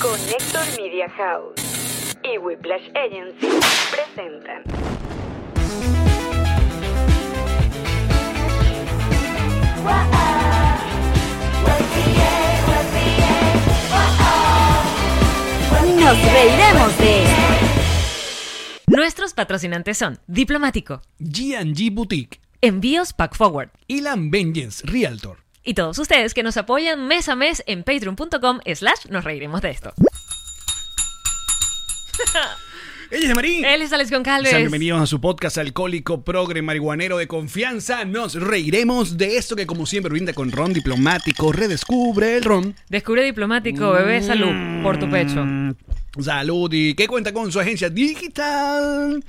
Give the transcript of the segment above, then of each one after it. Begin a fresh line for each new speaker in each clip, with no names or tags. Connector Media House y Whiplash Agency presentan.
Nos reiremos de esto.
Nuestros patrocinantes son Diplomático,
G&G Boutique,
Envíos Pack Forward
Elan Vengeance Realtor.
y todos ustedes que nos apoyan mes a mes en patreon.com slash nos reiremos de esto.
Ella es de Marín.
Él es Alex Goncalves.
Sean bienvenidos a su podcast alcohólico, progre, marihuanero de confianza. Nos reiremos de esto que como siempre brinda con ron diplomático. Redescubre el ron.
Descubre Diplomático, bebé,
Mm.
salud por tu pecho.
Salud y que cuenta con su agencia digital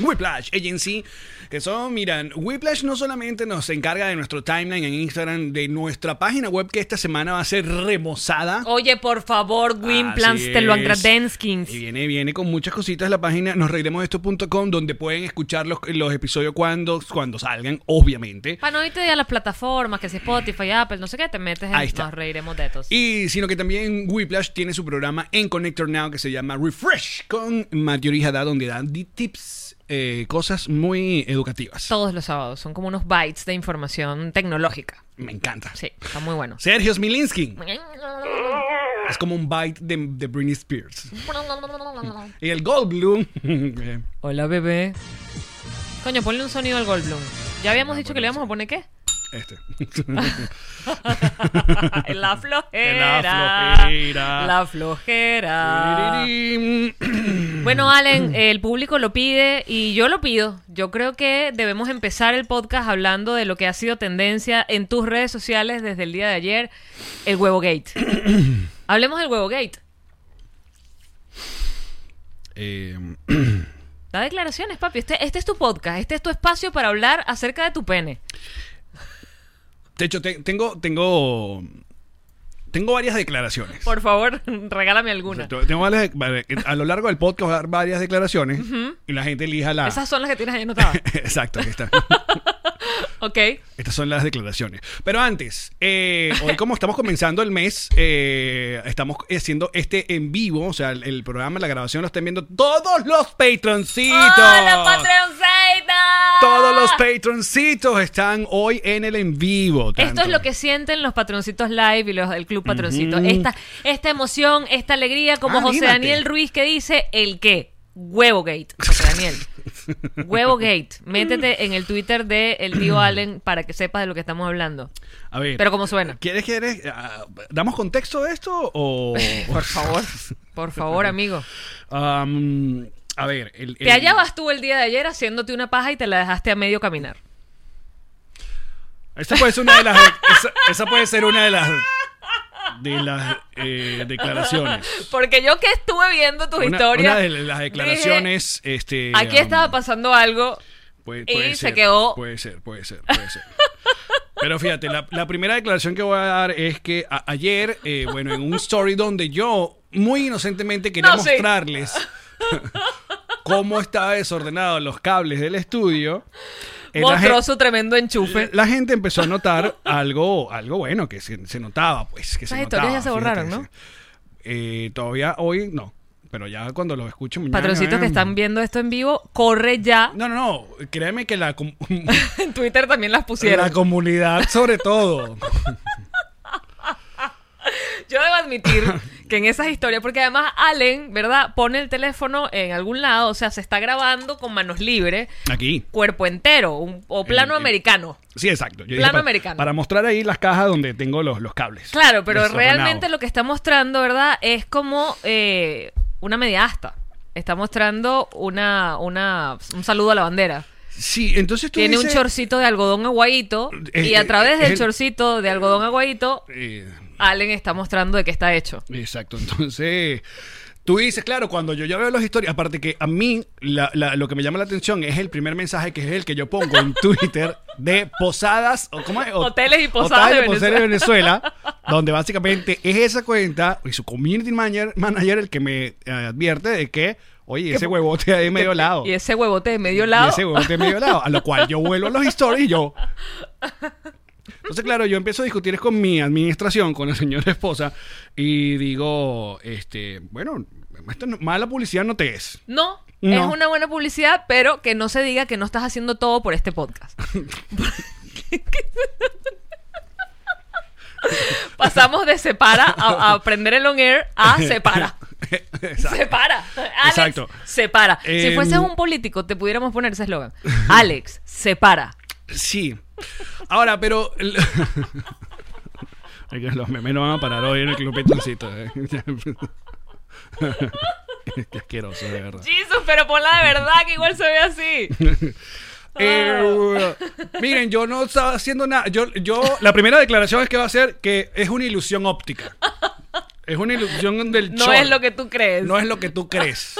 Whiplash Agency. Que son, miran, Whiplash no solamente nos encarga de nuestro timeline en Instagram, de nuestra página web que esta semana va a ser remozada.
Oye, por favor, Wimplans,
Así
te lo
es.
agradenskins.
Y viene, viene con muchas cositas la página nosreiremosdeesto.com donde pueden escuchar los, los episodios cuando, cuando salgan, obviamente.
Para no irte a las plataformas, que si Spotify, Apple, no sé qué, te metes en
Ahí está.
Nos reiremos de estos.
Y sino que también Whiplash tiene su programa en Connector Now que se llama Refresh con Marjorie Haddad donde dan di- tips, eh, cosas muy educativas.
Todos los sábados, son como unos bytes de información tecnológica.
Me encanta.
Sí, está muy bueno.
Sergio Smilinski. Es como un bite de, de Britney Spears. Y el Goldblum. eh,
Hola, bebé. Coño, ponle un sonido al Goldblum. Ya habíamos dicho que le íbamos a poner qué.
este.
la flojera.
La flojera.
La flojera. Bueno, Allen, el público lo pide y yo lo pido. Yo creo que debemos empezar el podcast hablando de lo que ha sido tendencia en tus redes sociales desde el día de ayer, el huevo gate. Hablemos del huevo gate.
Eh,
Da declaraciones, papi. Este, este es tu podcast, este es tu espacio para hablar acerca de tu pene.
De hecho, te- tengo, tengo, tengo varias declaraciones.
Por favor, regálame alguna.
Tengo varias- vale, a lo largo del podcast voy a dar varias declaraciones y la gente elija la.
Esas son las que tienes ahí anotadas.
Exacto, aquí está.
ok.
Estas son las declaraciones. Pero antes, eh, hoy como estamos comenzando el mes, eh, estamos haciendo este en vivo, o sea, el, el programa, la grabación lo están viendo todos los patroncitos.
¡Hola, Patreoncita!
Todos los patroncitos están hoy en el en vivo.
Esto
tanto.
es lo que sienten los patroncitos live y los del club patroncito. Esta esta emoción, esta alegría, como
Ah,
José
anímate.
Daniel Ruiz que dice, ¿el qué? Huevo Gate, José Daniel. Huevo Gate. Métete en el Twitter de el tío Allen para que sepas de lo que estamos hablando.
A ver.
Pero como suena.
¿Quieres, quieres? ah, ¿Damos contexto de esto o...?
Por favor, por favor, amigo.
Am, um, a ver, el,
Te
el-
hallabas tú el día de ayer haciéndote una paja y te la dejaste a medio caminar.
Esa puede ser una de las... esa, esa puede ser una de las... De las eh, declaraciones.
Porque yo que estuve viendo tus
Una-
historias.
Una de las declaraciones... este,
dije, aquí
am,
estaba pasando algo.
puede-
y
puede
se
ser,
quedó.
Puede ser, puede ser, puede ser. Pero fíjate, la, la primera declaración que voy a dar es que a- ayer, eh, bueno, en un story donde yo muy inocentemente quería
No, sí.
mostrarles cómo estaba desordenado los cables del estudio, eh, la,
Mostró
gen-
su tremendo enchufe.
la gente empezó a notar algo, algo bueno que se, se notaba, pues. Que se
Esas historias
notaba,
ya se
fíjate,
borraron, ¿no?
sí. Eh, todavía hoy no, pero ya cuando los escucho mañana,
Patroncitos que están viendo esto en vivo, corre ya.
No, no, no, créeme que la, com-
En Twitter también las pusieron.
la comunidad sobre todo.
Yo debo admitir que en esas historias, porque además Allen, ¿verdad? Pone el teléfono en algún lado, o sea, se está grabando con manos libres,
Aquí.
cuerpo entero, un- o plano
Eh, eh.
americano.
Sí, exacto. Yo
Plano
para,
americano.
Para mostrar ahí las cajas donde tengo los, los cables.
Claro, pero
Desordenado.
realmente lo que está mostrando, ¿verdad? Es como eh, una media asta. Está mostrando una, una, un saludo a la bandera.
Sí, entonces tú
Tiene
dices-
un chorcito de algodón aguadito
Eh,
y a
eh,
través
es
del
el-
chorcito de algodón aguadito,
Eh,
Allen está mostrando de qué está hecho.
Exacto, entonces tú dices, claro, cuando yo ya veo las historias, aparte que a mí la- la- lo que me llama la atención es el primer mensaje que es el que yo pongo en Twitter de posadas o cómo es? O-
Hoteles y posadas de
de Venezuela, donde básicamente es esa cuenta y su community manager, manager el que me eh, advierte de que, oye, ese huevote ahí medio lado.
Y ese huevote de medio lado.
Y ese huevote medio lado, a lo cual yo vuelvo a los stories y yo Entonces, claro, yo empiezo a discutir es con mi administración, con la señora esposa, y digo, este, bueno, esto no- mala publicidad no te es.
No,
No.
es una buena publicidad, pero que no se diga que no estás haciendo todo por este podcast. Pasamos de separa a, a aprender el on air a separa. Separa. Alex,
Exacto.
separa.
Em,
si fueses un político, te pudiéramos poner ese eslogan. Alex, separa.
Sí. Ahora, pero. Ay, que Los memes no van a parar hoy en el club Pitoncito. eh. Qué asqueroso, de verdad.
Jesus, pero ponla de verdad, que igual se ve así.
Eh, miren, yo no estaba haciendo nada. Yo, yo, la primera declaración es que va a ser que es una ilusión óptica. Es una ilusión del
No
chor.
es lo que tú crees.
No es lo que tú crees.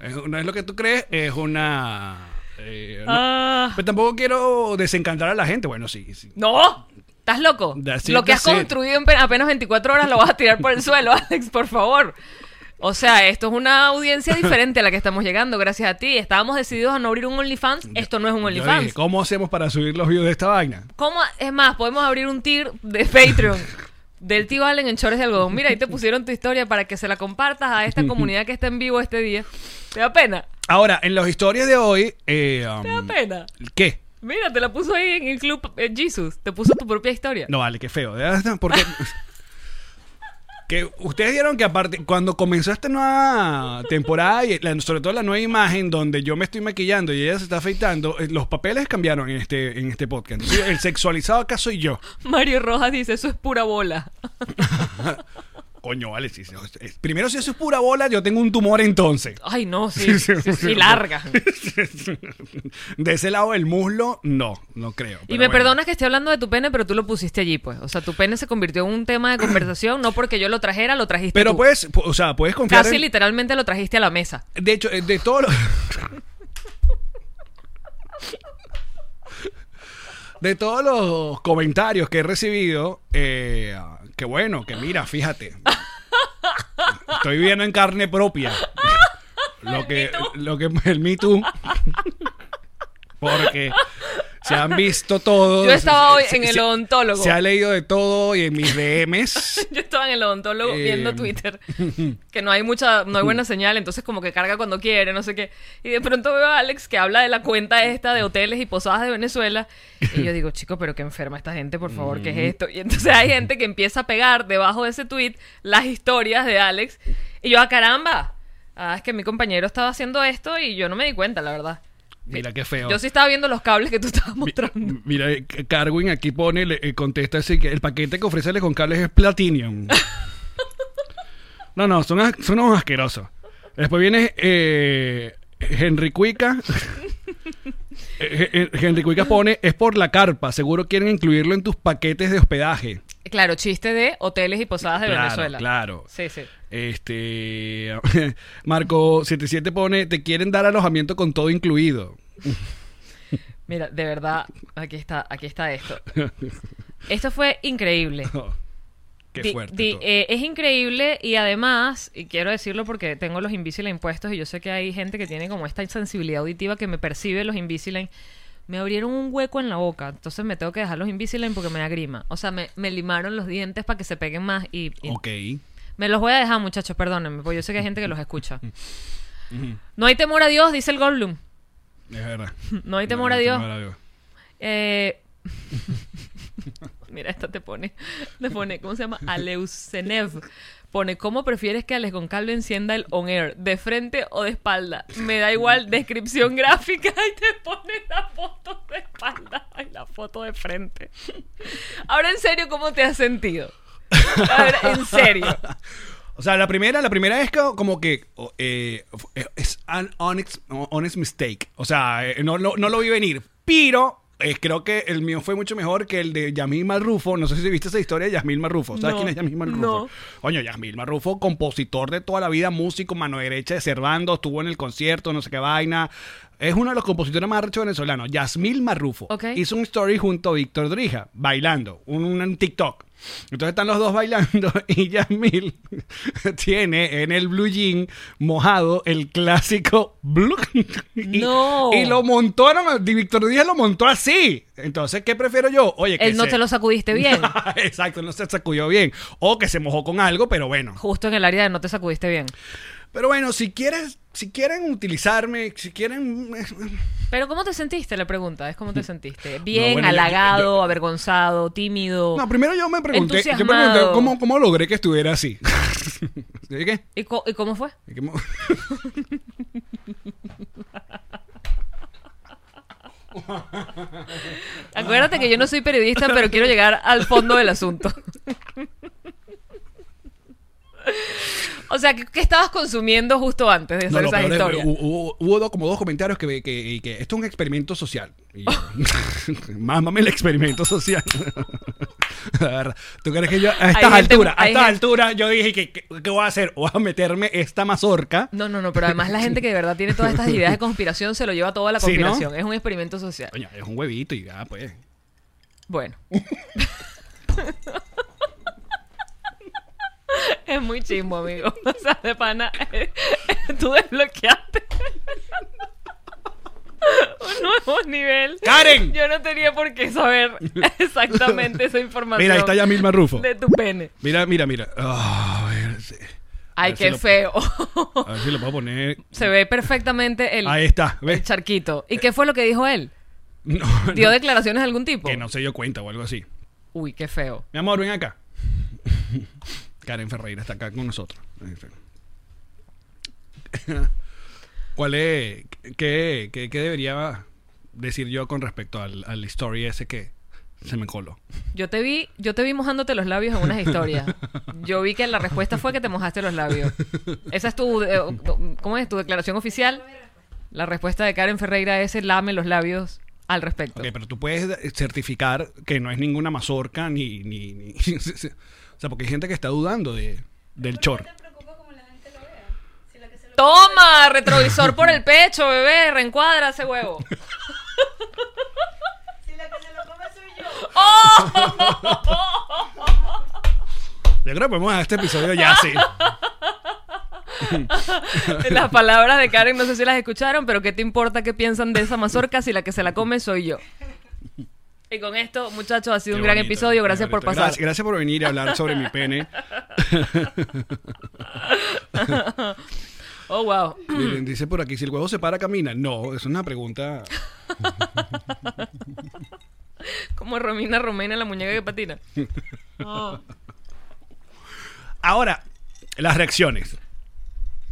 Es- no es lo que tú crees, es una. eh, no.
Ah.
Pero tampoco quiero desencantar a la gente. Bueno, sí, sí.
No, estás loco.
That's it,
Lo que has
that's it.
construido en pe- apenas 24 horas lo vas a tirar por el suelo, Alex, por favor. O sea, esto es una audiencia diferente a la que estamos llegando, gracias a ti. Estábamos decididos a no abrir un OnlyFans. Esto no es un
Yo dije,
OnlyFans.
¿Cómo hacemos para subir los views de esta vaina?
¿Cómo? Es más, podemos abrir un tier de Patreon del tío Allen en chores de algodón. Mira, ahí te pusieron tu historia para que se la compartas a esta comunidad que está en vivo este día. ¿Te da pena?
Ahora, en las historias de hoy. eh,
¿Te da
um,
pena?
¿Qué?
Mira, te la puso ahí en el club eh, Jesus. Te puso tu propia historia.
No vale, qué feo. de verdad, Porque. que ustedes vieron que aparte, cuando comenzó esta nueva temporada, y la- sobre todo la nueva imagen donde yo me estoy maquillando y ella se está afeitando, eh, los papeles cambiaron en este, en este podcast. Entonces, el sexualizado acá soy yo.
Mario Rojas dice, eso es pura bola.
Coño, vale, sí, sí. Eh, Primero, si eso es pura bola, yo tengo un tumor entonces.
Ay, no, sí, sí, sí, sí, larga.
De ese lado del muslo, no, no creo.
Y
pero
me
bueno.
perdonas que esté hablando de tu pene, pero tú lo pusiste allí, pues. O sea, tu pene se convirtió en un tema de conversación, no porque yo lo trajera, lo trajiste
Pero
tú.
puedes, o sea, puedes confiar
Casi
en-
literalmente lo trajiste a la mesa.
De hecho, eh, de todo lo... De todos los comentarios que he recibido, eh, que bueno, que mira, fíjate. Estoy viendo en carne propia. Lo que, lo que el Me Too. Porque se han visto todo.
Yo estaba hoy
se-
en
se-
el odontólogo.
Se ha leído de todo y en mis DMs.
Yo estaba en el odontólogo
Eh,
viendo Twitter, que no hay mucha, no hay buena señal, entonces como que carga cuando quiere, no sé qué. Y de pronto veo a Alex que habla de la cuenta esta de hoteles y posadas de Venezuela. Y yo digo, chico, pero qué enferma esta gente, por favor, ¿qué es esto? Y entonces hay gente que empieza a pegar debajo de ese tweet las historias de Alex. Y yo, ah, caramba, ah, es que mi compañero estaba haciendo esto y yo no me di cuenta, la verdad.
Mira qué feo.
Yo sí estaba viendo los cables que tú estabas
Mi-
mostrando.
Mira, eh, Carwin aquí pone, le, eh, contesta así que el paquete que ofrece con cables es Platinum. no, no, son, as- son unos asquerosos. Después viene eh, Henry Cuica. Eh, eh, Henry Cuica pone, es por la carpa, seguro quieren incluirlo en tus paquetes de hospedaje.
Claro, chiste de hoteles y posadas Ah, de
Claro,
Venezuela.
claro.
Sí, sí.
Este Marco 77 pone, te quieren dar alojamiento con todo incluido.
Mira, de verdad, aquí está, aquí está esto. Esto fue increíble.
Oh, Qué
Di-
fuerte.
di-
todo.
eh, es increíble y además, y quiero decirlo porque tengo los Invisalign impuestos y yo sé que hay gente que tiene como esta insensibilidad auditiva que me percibe los Invisalign. Me abrieron un hueco en la boca, entonces me tengo que dejar los Invisalign porque me da grima. O sea, me, me limaron los dientes para que se peguen más y, y-
ok.
me los voy a dejar, muchachos, perdónenme, porque yo sé que hay gente que los escucha. No hay temor a Dios, dice el Goldblum.
Es verdad.
No hay temor a Dios. Eh, mira, esta te pone, te pone, ¿cómo se llama? Aleusenev. Pone, ¿cómo prefieres que Alex Goncalves encienda el on air? ¿De frente o de espalda? Me da igual, descripción gráfica y te pone la foto de espalda y la foto de frente. Ahora, en serio, ¿cómo te has sentido? Ahora, en serio.
O sea, la primera, la primera es co- como que o- eh, f- eh, es an honest, honest mistake. O sea, eh, no, lo- no lo vi venir. Pero eh, creo que el mío fue mucho mejor que el de Yamil Marrufo. No sé si viste esa historia de Yamil Marrufo. ¿Sabes
No,
quién es Yamil Marrufo?
no.
Coño, Yamil Marrufo, compositor de toda la vida, músico, mano derecha de Cervando, estuvo en el concierto, no sé qué vaina. Es uno de los compositores más arrechos venezolanos, Yasmil Marrufo.
Ok.
Hizo un story junto a Víctor Drija, bailando, un, un TikTok. Entonces están los dos bailando y Yasmil tiene en el blue jean mojado el clásico blue. Y-
No.
Y lo montaron, Víctor Díaz lo montó así. Entonces, ¿qué prefiero yo? Oye, que
Él no
se-
te lo sacudiste bien.
Exacto, no se sacudió bien. O que se mojó con algo, pero bueno.
Justo en el área de no te sacudiste bien.
Pero bueno, si quieres, si quieren utilizarme, si quieren. eh,
Pero ¿cómo te sentiste? La pregunta es ¿cómo te sentiste? Bien,
Mm. bueno, yo-
halagado,
yo-
avergonzado, tímido.
No, primero yo me pregunté, yo me
Entusiasmado.
pregunté cómo, cómo logré que estuviera así. ¿De qué?
¿Y, co- y cómo fue?
¿De qué mo- Ah.
Acuérdate que yo no soy periodista, pero quiero llegar al fondo del asunto. O sea, ¿qué, qué estabas consumiendo justo antes de
No,
hacer
lo
esas
peor es-
historias?
hu- hubo, hubo dos- como dos comentarios que, que- y que esto es un experimento social. Y yo, Mámame el experimento social. La verdad. ¿Tú crees que yo a estas
gente-
alturas, a
hay
estas
gente-
alturas, yo dije que, que- ¿qué voy a hacer? Voy a meterme esta mazorca.
No, no, no, pero además la gente que de verdad tiene todas estas ideas de conspiración se lo lleva toda la
Sí, ¿no?
conspiración. Es un experimento social.
Coño, es un huevito y ya, pues.
Bueno. es muy chimbo, amigo. O sea, de pana, eh, tú desbloqueaste un nuevo nivel.
¡Karen!
Yo no tenía por qué saber exactamente esa información.
Mira, ahí está Yamil Marrufo.
De tu pene.
Mira, mira, mira. Ah, a ver si-
Ay,
ver si
qué
lo-
feo.
a ver si lo puedo poner.
Se ve perfectamente el,
Ahí está,
el
¿ves?
charquito. ¿Y qué fue lo que dijo él?
No,
¿Dio
este. no,
declaraciones de algún tipo?
que no se dio cuenta o algo así.
Uy, qué feo.
Mi amor, ven acá. Karen Ferreira está acá con nosotros. ¿Cuál es? ¿Qué, qué, qué debería decir yo con respecto al, al story ese que se me coló?
Yo te vi, yo te vi mojándote los labios en unas historias. Yo vi que la respuesta fue que te mojaste los labios. Esa es tu eh, ¿cómo es tu declaración oficial? La respuesta de Karen Ferreira es el lame los labios al respecto.
Ok, pero tú puedes certificar que no es ninguna mazorca ni... ni, ni- o sea, porque hay gente que está dudando de, del chor.
Toma, retrovisor por el pecho, bebé, reencuadra ese huevo.
Yo creo que podemos dejar este episodio ya así.
Las palabras de Karen no sé si las escucharon, pero qué te importa qué piensan de esa mazorca si la que se la come soy yo. Y con esto, muchachos, ha sido
Qué
un gran
bonito,
episodio.
qué
Gracias por
bonito.
pasar.
Gracias, gracias por venir a hablar sobre mi pene.
Oh, wow.
Miren, dice por aquí, si el huevo se para, camina. No, es una pregunta.
Como Romina Romena, la muñeca que patina. Oh.
Ahora, las reacciones.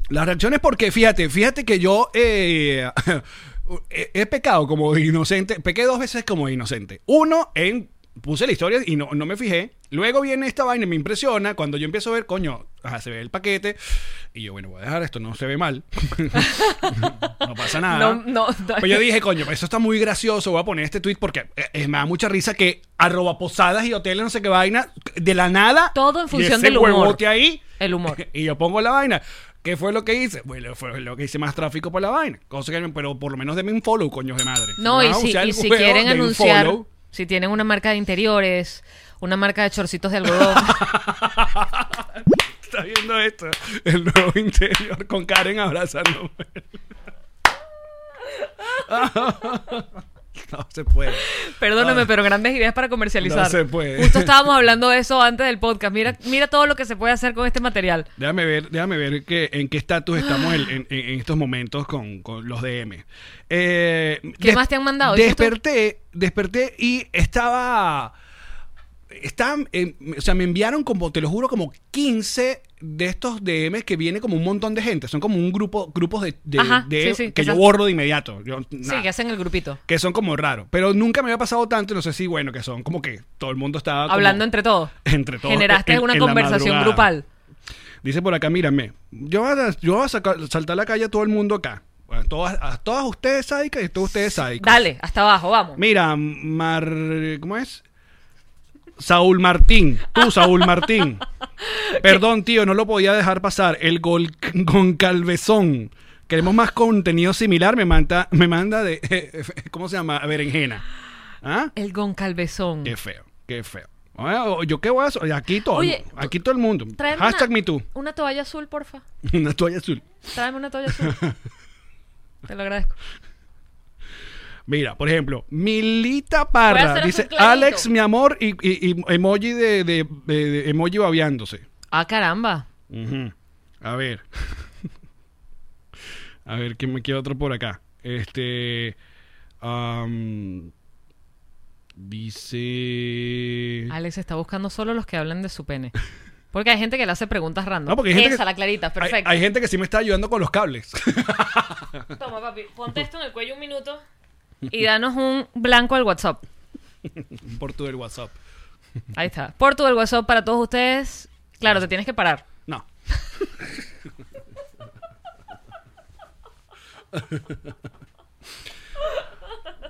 Las reacciones porque, fíjate, fíjate que yo eh, he, he pecado como de inocente. Pequé dos veces como de inocente. Uno, en puse la historia y no, no me fijé. Luego viene esta vaina y me impresiona. Cuando yo empiezo a ver, coño, ajá, se ve el paquete. Y yo, bueno, voy a dejar esto, no se ve mal. no pasa nada.
No, no, no.
Ah. Pues yo dije, coño, eso está muy gracioso, voy a poner este tweet porque eh, eh, me da mucha risa que arroba posadas y hoteles, no sé qué vaina, de la nada.
Todo en
y
función
ese
del humor.
huevote ahí.
El humor.
Y yo pongo la vaina. ¿Qué fue lo que hice? Bueno, fue lo que hice más tráfico por la vaina. Cosa que, pero por lo menos denme un follow, coños de madre.
No,
Me
y
van a
si,
bucear
y
el
si
huevo,
quieren
denme un
anunciar,
follow.
si tienen una marca de interiores, una marca de chorcitos de algodón.
Está viendo esto. El nuevo interior con Karen abrazándome. no se puede.
Perdóname,
Ah.
pero grandes ideas para comercializar.
No se puede.
Justo estábamos hablando de eso antes del podcast. Mira, mira todo lo que se puede hacer con este material.
Déjame ver, déjame ver que, en qué estatus estamos el- en, en- en estos momentos con, con los DM. Eh,
¿Qué más te han mandado? ¿Dices tú?
Desperté, desperté y estaba... Estaban, eh, o sea, me enviaron como, te lo juro, como 15 de estos DMs que viene como un montón de gente. Son como un grupo, grupos de, de-
Ajá,
de-
sí, sí,
que yo
esas-
borro de inmediato. Yo,
Sí,
nah Ah,
que hacen el grupito.
que son como raros. Pero nunca me había pasado tanto, no sé si, bueno, que son como que todo el mundo estaba... como-
Hablando entre todos.
Entre todos.
Generaste
en-
una
en la
conversación
madrugada.
grupal.
Dice por acá, mírame, yo voy a, yo voy a sacar- saltar la calle a todo el mundo acá. A todas, a todas ustedes sádicas y a todos ustedes sádicos.
Dale, hasta abajo, vamos.
Mira, Mar... ¿Cómo es? Saúl Martín. Tú, Saúl Martín. Perdón, tío, no lo podía dejar pasar. El gol con calvezón. Queremos más contenido similar. Me manda, me manda de. ¿Cómo se llama? Berenjena. ¿Ah?
El goncalvezón.
Qué feo, qué feo. Bueno, yo qué voy a hacer. Aquí todo.
Oye,
aquí todo el mundo.
Tráeme
Hashtag
una,
me too.
Una toalla azul, porfa.
Una toalla azul.
Tráeme una toalla azul. Te lo agradezco.
Mira, por ejemplo, Milita
Voy a
Parra
hacer
dice
un clarito.
Alex, mi amor, y, y- y emoji de, de- de- de emoji babeándose.
Ah, caramba.
Ujú. A ver. A ver, ¿quién me queda otro por acá? Este. am, dice.
Alex está buscando solo los que hablan de su pene. Porque hay gente que le hace preguntas random.
No, porque hay gente
Esa,
que-
la clarita,
hay-
perfecto.
Hay, gente que sí me está ayudando con los cables.
Toma, papi, ponte esto en el cuello un minuto y danos un blanco al WhatsApp.
por todo el WhatsApp.
Ahí está. Por todo el WhatsApp para todos ustedes. Claro, te tienes que parar.
No.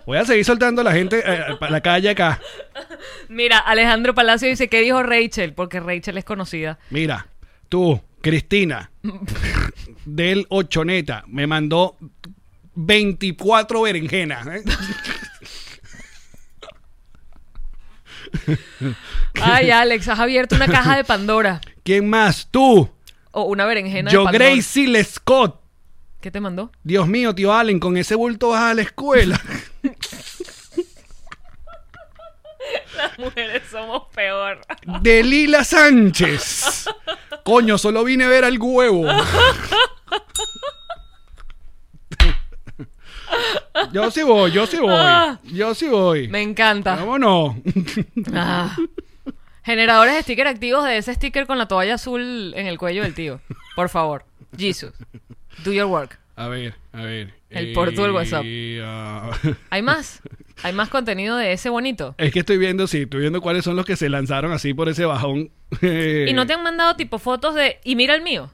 Voy a seguir soltando a la gente eh, para la calle acá.
Mira, Alejandro Palacio dice, ¿qué dijo Rachel? Porque Rachel es conocida.
Mira, tú, Cristina, del Ochoneta, me mandó 24 berenjenas. ¿eh?
Ay, Alex, has abierto una caja de Pandora.
¿Quién más? Tú,
O una berenjena de
yo
Pandora.
Gracie Scott.
¿Qué te mandó?
Dios mío, tío Allen, con ese bulto vas a la escuela.
Las mujeres somos peor.
de Lila Sánchez. Coño, solo vine a ver al huevo. Yo sí voy, yo sí voy. Yo sí voy.
Ah. Me encanta.
Vámonos.
Ah. Generadores de sticker activos de ese sticker con la toalla azul en el cuello del tío. Por favor. Jesus. Do your work.
A ver, a ver.
El porto del WhatsApp.
ah,
¿Hay más? ¿Hay más contenido de ese bonito?
es que estoy viendo, sí, estoy viendo cuáles son los que se lanzaron así por ese bajón.
Y no te han mandado tipo fotos de... Y mira el mío.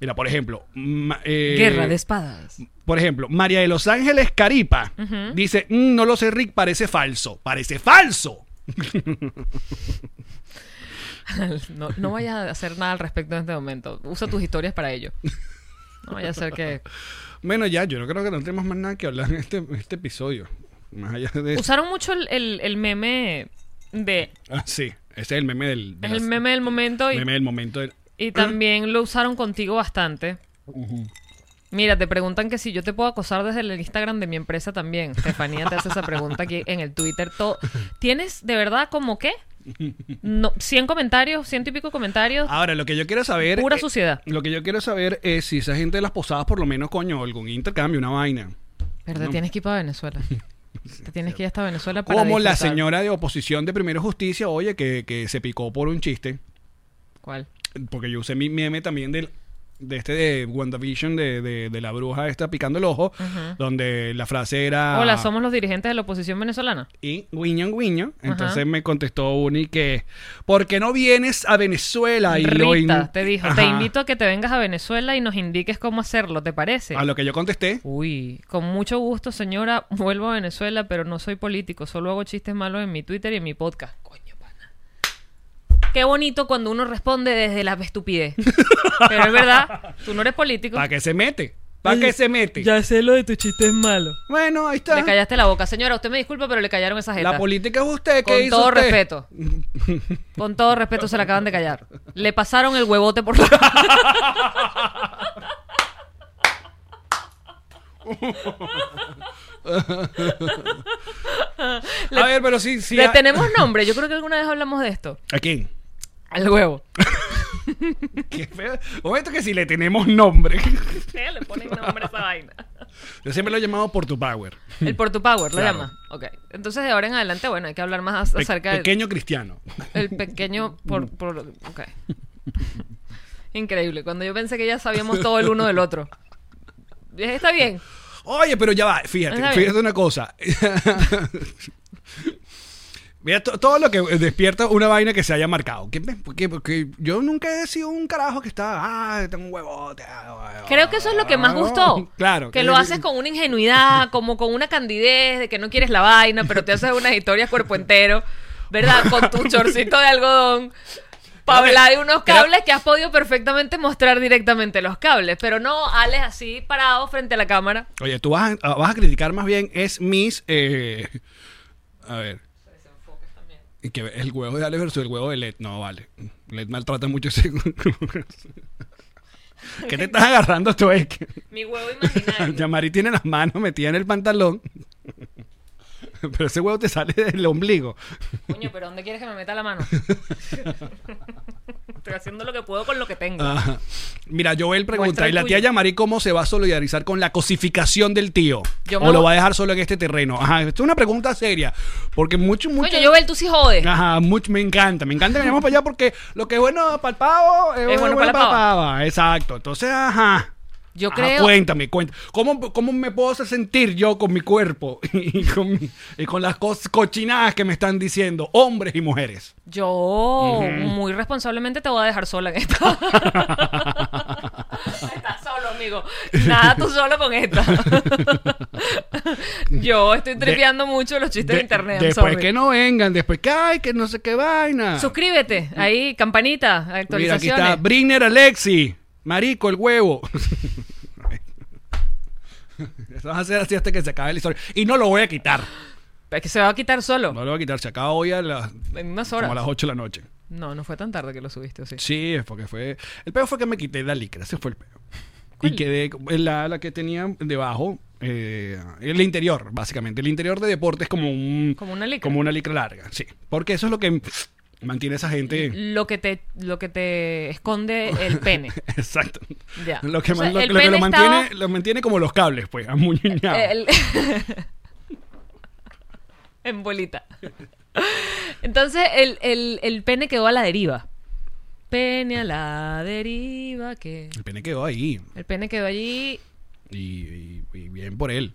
Mira, por ejemplo. ma- eh,
Guerra de espadas.
Por ejemplo, María de los Ángeles Caripa dice, "Mm, no lo sé, Rick, parece falso. Parece falso.
No, no vayas a hacer nada al respecto en este momento. Usa tus historias para ello. No vaya a ser que...
Bueno, ya, yo no creo que no tenemos más nada que hablar en este, en este episodio. Más allá de eso.
Usaron mucho el, el- el meme de...
Ah, sí, ese es el meme del, de
Es el
las-
meme del momento y,
meme del momento. del-
y también lo usaron contigo bastante. Mira, te preguntan que si yo te puedo acosar desde el Instagram de mi empresa también. Estefanía te hace esa pregunta aquí en el Twitter. todo. ¿Tienes de verdad como qué? No, 100 comentarios, ciento y pico comentarios.
Ahora, lo que yo quiero saber.
Pura
eh,
suciedad.
Lo que yo quiero saber es si esa gente de las posadas, por lo menos, coño, algún intercambio, una vaina.
Pero te tienes que ir para Venezuela. Te tienes que ir hasta Venezuela para
Como la
disfrutar.
señora de oposición de Primero Justicia, oye, que, que se picó por un chiste.
¿Cuál?
Porque yo usé mi meme también del. De este de WandaVision, de, de, de la bruja esta picando el ojo, donde la frase era.
Hola, somos los dirigentes de la oposición venezolana.
Y guiño, guiño. Entonces
Ajá.
me contestó Uni que, ¿por qué no vienes a Venezuela? Y lo
Rita
in-
te dijo,
Ajá.
te invito a que te vengas a Venezuela y nos indiques cómo hacerlo, ¿te parece?
A lo que yo contesté,
Uy, con mucho gusto, señora, vuelvo a Venezuela, pero no soy político, solo hago chistes malos en mi Twitter y en mi podcast. Coño, pana. Qué bonito cuando uno responde desde la estupidez. pero es verdad, tú no eres político.
¿para qué se mete? ¿Para qué se mete?
sé lo de tu chiste es malo.
Bueno, ahí
Le
está.
callaste la boca. Señora, usted me disculpa, pero le callaron esa jeta.
La política es usted, ¿qué
Con
hizo
todo
usted?
respeto. Con todo respeto se la acaban de callar. Le pasaron el huevote por la...
a ver, pero sí, ah. sí.
Le
a-
tenemos nombre. Yo creo que alguna vez hablamos de esto.
¿A quién?
Al huevo.
Qué feo. Momento que si le tenemos nombre.
Le ponen nombre a esa vaina.
Yo siempre lo he llamado por tu power.
El Porto Power lo
Claro.
llama. Ok. Entonces de ahora en adelante, bueno, hay que hablar más ac-
Pe-
acerca del
pequeño Mm. cristiano.
el pequeño por, por- ok. Increíble. Cuando yo pensé que ya sabíamos todo el uno del otro. Está bien.
Oye, pero ya va, fíjate,
Está bien.
fíjate una cosa. Mira, to- todo lo que despierta una vaina que se haya marcado. Que, que- que yo nunca he sido un carajo que está, ah, tengo un huevote. ah, ah,
Creo que eso es lo que más
ah,
gustó.
Claro.
Que lo haces con una ingenuidad, como con una candidez, de que no quieres la vaina, pero te haces unas historias cuerpo entero, ¿verdad? Con tu chorcito de algodón. para
Creo que-
hablar de unos
creo-
cables que has podido perfectamente mostrar directamente los cables. Pero no, Alex así parado frente a la cámara.
Oye, tú vas a, ah, vas a criticar más bien es mis... eh, a ver. Y que el huevo de Ale versus el huevo de Led. No, vale. Led maltrata mucho ese... ¿Qué te estás agarrando tú? Es que-
Mi huevo imaginario.
Yamari tiene las manos metidas en el pantalón. Pero ese huevo te sale del ombligo.
Coño, pero ¿dónde quieres que me meta la mano? Estoy haciendo lo que puedo con lo que tengo.
Ajá. Mira, Joel pregunta,
Muestra el
¿y la tía
tuyo.
Yamari cómo se va a solidarizar con la cosificación del tío?
Yo me
¿O lo
voy-
va a dejar solo en este terreno? Ajá, esto es una pregunta seria. Porque mucho, mucho...
Coño, Joel, tú sí jodes.
Ajá, mucho, me encanta, me encanta que vayamos para allá porque lo que es bueno para el pavo es, bueno,
la
para la
pava.
pava. Exacto, entonces, ajá.
Yo
Ajá,
creo.
Ah, cuéntame, cuéntame. ¿Cómo, ¿Cómo me puedo hacer sentir yo con mi cuerpo y con, mi- y con las cos- cochinadas que me están diciendo hombres y mujeres?
Yo muy responsablemente te voy a dejar sola en esto. Estás solo, amigo. Nada tú solo con esto. Yo estoy tripeando mucho los chistes de,
De-
internet. I'm
después
sorry.
que no vengan, después que ay, que no sé qué vaina.
Suscríbete, ahí, campanita,
Mira, aquí
actualizaciones.
está Brigner Alexi, marico el huevo. Esto vas a hacer así hasta que se acabe la historia. Y no lo voy a quitar.
Es que se va a quitar solo.
No lo voy a quitar. Se acaba hoy a las,
En unas
como a
horas.
las 8 de la noche.
No, no fue tan tarde que lo subiste, ¿o sí?
Sí, es porque fue. El peor fue que me quité la licra, ese fue el peor.
¿Cuál?
Y quedé. La, la que tenía debajo, eh, el interior, básicamente. El interior de deporte es como un.
Como una licra.
Como una licra larga, sí. Porque eso es lo que mantiene a esa gente.
Lo que te, lo que te esconde el pene.
Exacto.
Ya.
Lo que,
O sea,
man- lo,
el
lo que
pene
lo mantiene,
estaba- Eh,
lo mantiene como los cables, pues, amuñuñado.
El- en bolita. Entonces el, el- el pene quedó a la deriva. Pene a la deriva que...
El pene quedó ahí.
El pene quedó allí.
Y, y- y bien por él.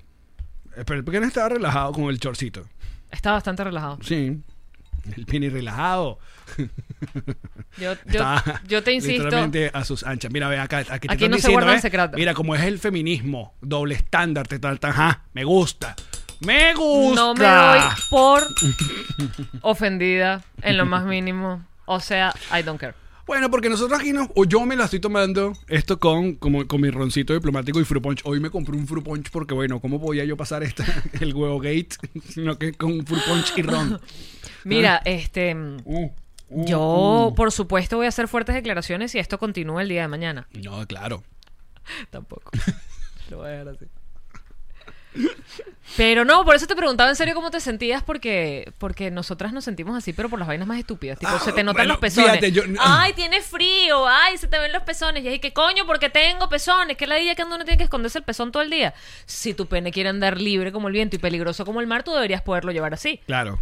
Eh, Pero el pene estaba relajado con el chorcito.
Está bastante relajado.
Sí. El pene relajado.
Yo, yo,
Está
yo te insisto.
Literalmente a sus anchas. Mira, ve acá. Aquí, te
Aquí
están
no se
diciendo,
guardan
¿eh?
secretos.
Mira, como es el feminismo, doble estándar, te tal, tal, ajá, me gusta. Me gusta.
No me doy por ofendida en lo más mínimo. O sea, I don't care.
Bueno, porque nosotros aquí no, o yo me la estoy tomando esto con, como, con mi roncito diplomático y fruit punch. Hoy me compré un fruit punch porque, bueno, ¿cómo podía yo pasar esta, el huevo gate? Sino que con fruit punch y ron.
Mira, este.
Uh, uh,
Yo, por supuesto, voy a hacer fuertes declaraciones si esto continúa el día de mañana.
uh. No, claro.
Tampoco. Lo voy a dejar así. Pero no, por eso te preguntaba en serio cómo te sentías, porque, porque nosotras nos sentimos así, pero por las vainas más estúpidas. Tipo,
Ah,
se te notan
bueno,
los pezones.
fíjate, yo-
Ay, tiene frío, ay, se te ven los pezones. Y ahí, ¿qué coño? Porque tengo pezones. ¿Qué ladilla que uno tiene que esconderse el pezón todo el día? Si tu pene quiere andar libre como el viento y peligroso como el mar, tú deberías poderlo llevar así,
Claro.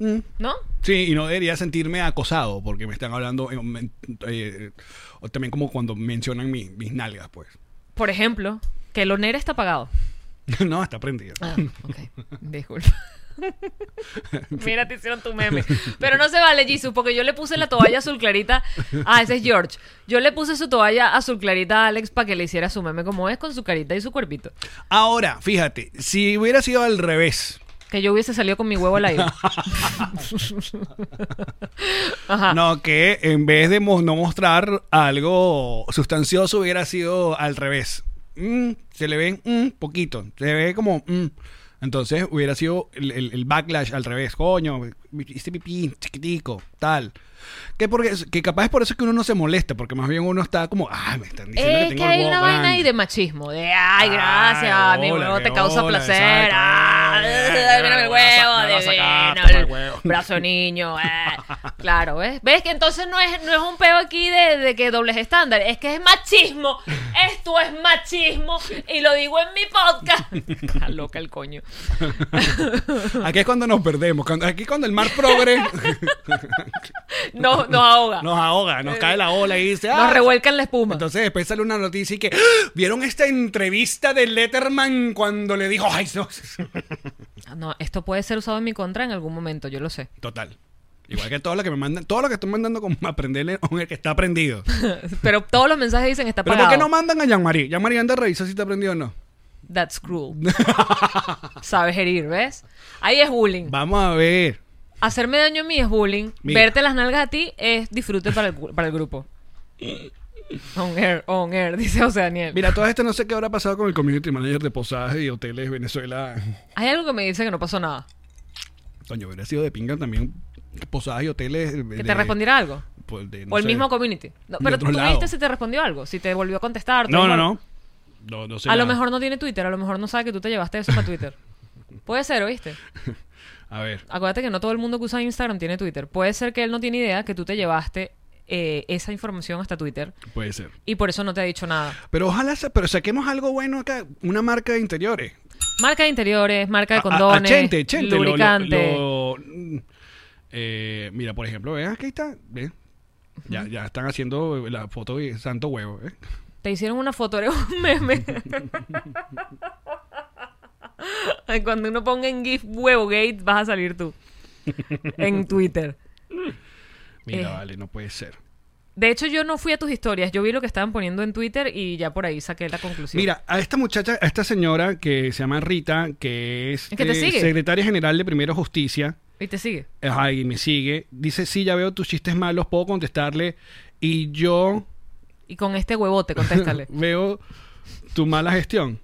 Mm.
¿no?
Sí, y no debería sentirme acosado porque me están hablando, en- en- eh, o también como cuando mencionan mi- mis nalgas, pues.
Por ejemplo, que el onera está apagado.
no, está prendido.
Ah, ok. Disculpa. Mira, te hicieron tu meme. Pero no se vale, Jesus, porque yo le puse la toalla azul clarita. Ah, ese es George. Yo le puse su toalla azul clarita a Alex para que le hiciera su meme como es, con su carita y su cuerpito.
Ahora, fíjate, si hubiera sido al revés,
Que yo hubiese salido con mi huevo al aire. Ajá.
no, que en vez de mo- no mostrar algo sustancioso hubiera sido al revés. Mm, se le ve un poquito, se le ve como... mm. Entonces hubiera sido el, el- el backlash al revés, coño, este pipí chiquitico, tal. Que, porque, que capaz es por eso que uno no se molesta, porque más bien uno está como, ah, me están diciendo
Es
que
Eh, que
tengo el
hay
huevo
una vaina
grande".
ahí de machismo. De, ay, gracias,
Ay,
mi
hola,
huevo te
qué
causa
hola,
placer.
exacto.
Ah,
Ay,
mira
me
el
vas a- me
huevo,
vas a sacar,
divino,
toma el
el
huevo.
brazo de niño. eh. Claro, ¿ves? ¿Ves que entonces no es, no es un peo aquí de, de que dobles estándar? Es que es machismo. Esto es machismo. Y lo digo en mi podcast. Está loca el coño.
Aquí es cuando nos perdemos, cuando- aquí es cuando el mar progre
No, no ahoga.
nos ahoga, nos cae la ola y dice,
Nos
"Ah,
revuelcan la espuma.
Entonces después sale una noticia y que ¡Ah! vieron esta entrevista de Letterman cuando le dijo, ay, no.
No, esto puede ser usado en mi contra en algún momento, yo lo sé.
Total. Igual que todo lo que me mandan, todo lo que estoy mandando como aprenderle a un que está aprendido.
Pero todos los mensajes dicen está
Pero
pagado.
¿por qué no mandan a Jean-Marie? Jean-Marie anda a revisar si está aprendido o no.
That's cruel. Sabes herir, ¿ves? Ahí es bullying.
Vamos a ver.
Hacerme daño a mí es bullying.
Mira.
Verte las nalgas a ti es disfrute para el, gu- para el grupo. On air, on air, dice José Daniel.
Mira, todo esto no sé qué habrá pasado con el community manager de posadas y hoteles Venezuela.
Hay algo que me dice que no pasó nada.
Coño, hubiera sido de pinga también posadas y hoteles. eh, pues,
Que te respondiera algo. o el mismo community. No,
De
pero
otro
tú me
lado.
dijiste si te respondió algo, si te volvió a contestar. te
No,
dijo
no,
algo.
no. No, no sé.
A lo
nada.
mejor no tiene Twitter, a lo mejor no sabe que tú te llevaste eso para Twitter. Puede ser, ¿oíste?
A ver.
Acuérdate que no todo el mundo que usa Instagram tiene Twitter. Puede ser que él no tiene idea que tú te llevaste eh, esa información hasta Twitter
Puede ser.
y por eso no te ha dicho nada.
Pero ojalá, sa- pero saquemos algo bueno acá. Una marca de interiores.
Marca de interiores, marca
A-
de
a-
condones,
achente, achente, lo- lo-
lubricante.
lo- mm, eh, mira, por ejemplo, vean, aquí está. ve. Ya, ya están haciendo la foto de santo huevo. ¿eh?
Te hicieron una foto, eres un meme. Ay, Cuando uno ponga en GIF huevogate, vas a salir tú. En Twitter.
Mira,
Eh.
vale, no puede ser.
De hecho, yo no fui a tus historias. Yo vi lo que estaban poniendo en Twitter y ya por ahí saqué la conclusión.
Mira, a esta muchacha, a esta señora que se llama Rita, que es
Es que te
eh,
sigue.
secretaria general de Primero Justicia,
Y te sigue.
ajá, y me sigue, dice, sí, ya veo tus chistes malos, puedo contestarle, y yo
Y con este huevote, contéstale.
veo tu mala gestión.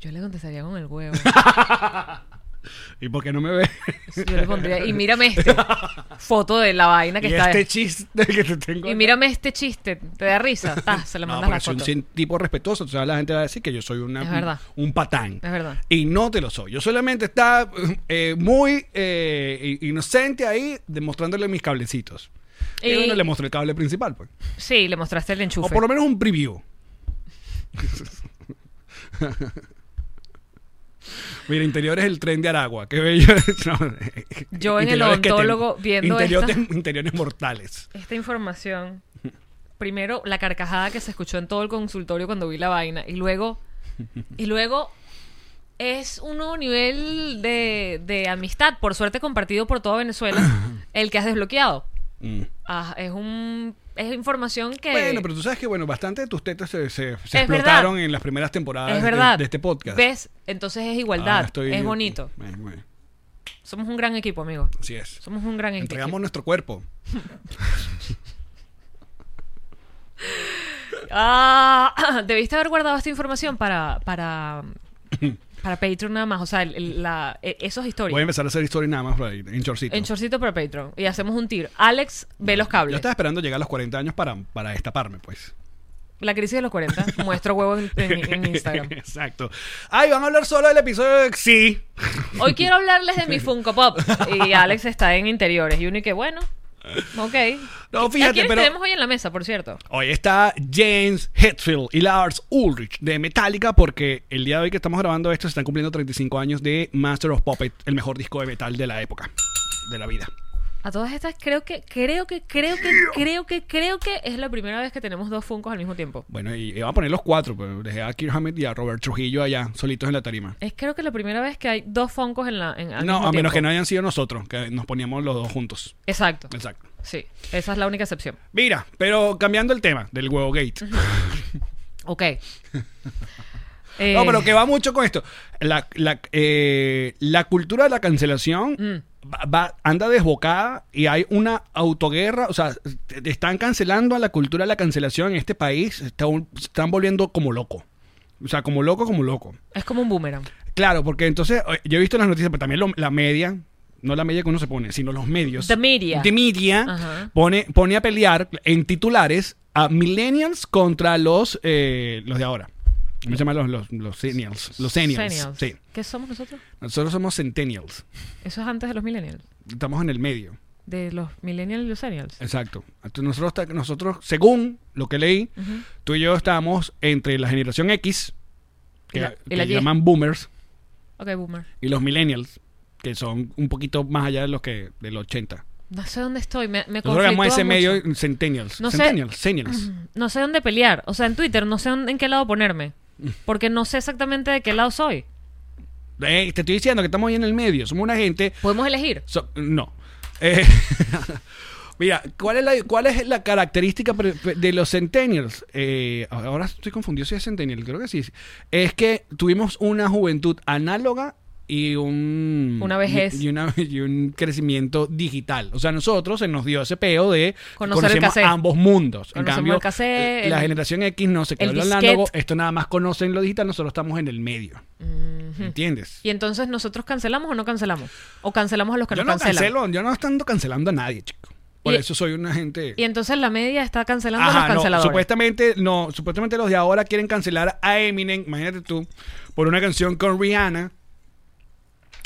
Yo le contestaría con el huevo.
¿Y por qué no me ve?
Yo le pondría, y mírame este. Foto de la vaina que
y
está.
este chiste que te tengo.
y
acá.
mírame este chiste. Te da risa. Ta, se le
No,
mandas
pero
la
soy un
foto.
cien- tipo respetuoso. O sea, la gente va a decir que yo soy una,
Es
un-
verdad.
un, patán.
Es verdad.
Y no te lo soy. Yo solamente está eh, muy eh, i- inocente ahí demostrándole mis cablecitos. Y,
Y-
yo no le mostré el cable principal, pues.
Sí, le mostraste el enchufe.
O por lo menos un preview. Mira, interior es el tren de Aragua. Qué bello. No, eh,
Yo en el
interiores que te-
odontólogo viendo
interiores-
esta-
Interiores mortales.
Esta información. Primero, la carcajada que se escuchó en todo el consultorio cuando vi la vaina. Y luego. Y luego. Es un nuevo nivel de, de amistad, por suerte compartido por toda Venezuela, el que has desbloqueado.
Mm.
Ah, es un es información que
Bueno, pero tú sabes que bueno, bastante de tus tetas se, se- se
Es
explotaron
verdad.
en las primeras temporadas
es
de-
verdad.
De, este podcast.
¿Ves? Entonces es igualdad.
Ahora estoy-
Es bonito.
Bueno, bueno,
Somos un gran equipo, amigo.
así es.
Somos un gran
Entregamos nuestro cuerpo.
equipo. Ah, debiste haber guardado esta información para para para Patreon nada más. O sea, el- el- la, e- esos historias.
Voy a empezar a hacer historia nada más por ahí, en chorcito.
en chorcito para Patreon. Y hacemos un tiro. Alex ve los
Yo
cables.
estaba esperando llegar a los 40 años para, para destaparme, pues.
La crisis de los 40. Muestro huevo en, en- en Instagram.
Exacto. Ay, van a hablar solo del episodio de... Sí.
Hoy quiero hablarles de mi Funko Pop. Y Alex está en interiores. Y uno y que, bueno, ok.
No,
¿A
fíjate,
quiénes
pero-
tenemos hoy en la mesa, por cierto?
Hoy está James Hetfield y Lars Ulrich de Metallica porque el día de hoy que estamos grabando esto se están cumpliendo 35 años de Master of Puppet, el mejor disco de metal de la época, de la vida.
A todas estas, creo que, creo que, creo que, creo que, creo que es la primera vez que tenemos dos Funcos al mismo tiempo.
Bueno, y iba a poner los cuatro, pero dejé a Kirk Hammett y a Robert Trujillo allá, solitos en la tarima.
Es creo que la primera vez que hay dos Funcos en la. En, Eh, al
No,
mismo
a menos
tiempo.
que no hayan sido nosotros, que nos poníamos los dos juntos.
Exacto.
Exacto.
Sí, esa es la única excepción.
Mira, pero cambiando el tema del huevo gate.
Ok. Eh,
No, pero que va mucho con esto. La, la, eh, la cultura de la cancelación va- va- anda desbocada y hay una autoguerra. O sea, te- te están cancelando a la cultura de la cancelación en este país. Está un- se están volviendo como loco. O sea, como loco, como loco.
Es como un boomerang.
Claro, porque entonces eh, yo he visto en las noticias, pero también lo- la media, no la media que uno se pone, sino los medios.
The media.
The media
Ajá.
pone, pone a pelear en titulares a millennials contra los, eh, los de ahora. Me llaman los, los, los seniors. Los seniors.
Seniors.
Sí.
¿Qué somos nosotros?
Nosotros somos centennials.
Eso es antes de los millennials.
Estamos en el medio.
De los millennials y los seniors.
Exacto. Entonces, Nosotros, ta- nosotros según lo que leí, tú y yo estamos entre la generación X, que,
Y la- y
que
la Y.
llaman boomers,
Ok, boomer.
y los millennials, que son un poquito más allá de los que del 80.
No sé dónde estoy. Me, me
Nosotros llamamos a
conflictúa
ese
mucho.
medio centennials.
No sé.
centennials, seniors.
No sé dónde pelear. O sea, en Twitter no sé dónde- en qué lado ponerme. Porque no sé exactamente de qué lado soy.
Ey, Eh, te estoy diciendo que estamos ahí en el medio. Somos una gente.
Podemos elegir.
so- no. Eh, mira, ¿cuál es la, cuál es la característica pre- pre- de los centennials? Eh, ahora estoy confundido si es centennial, creo que sí. Es que tuvimos una juventud análoga y un
Una vejez.
y, y una- y un crecimiento digital. O sea, a nosotros se nos dio ese peo de
Conocer el
conocemos
cassette.
ambos mundos. en
Conocemos
cambio,
el cassette,
eh, la
el-
generación X no se quedó
el
en lo análogo,
disquete.
esto nada más conocen lo digital, nosotros estamos en el medio. ¿Entiendes?
Y entonces nosotros cancelamos o no cancelamos. O cancelamos a los que
Yo
no
no
cancelan.
cancelo, yo no estando cancelando a nadie, chico. Por
Y-
eso soy una gente
Y entonces la media está cancelando a los
Ajá, no,
canceladores.
supuestamente, no, supuestamente los de ahora quieren cancelar a Eminem, imagínate tú, por una canción con Rihanna.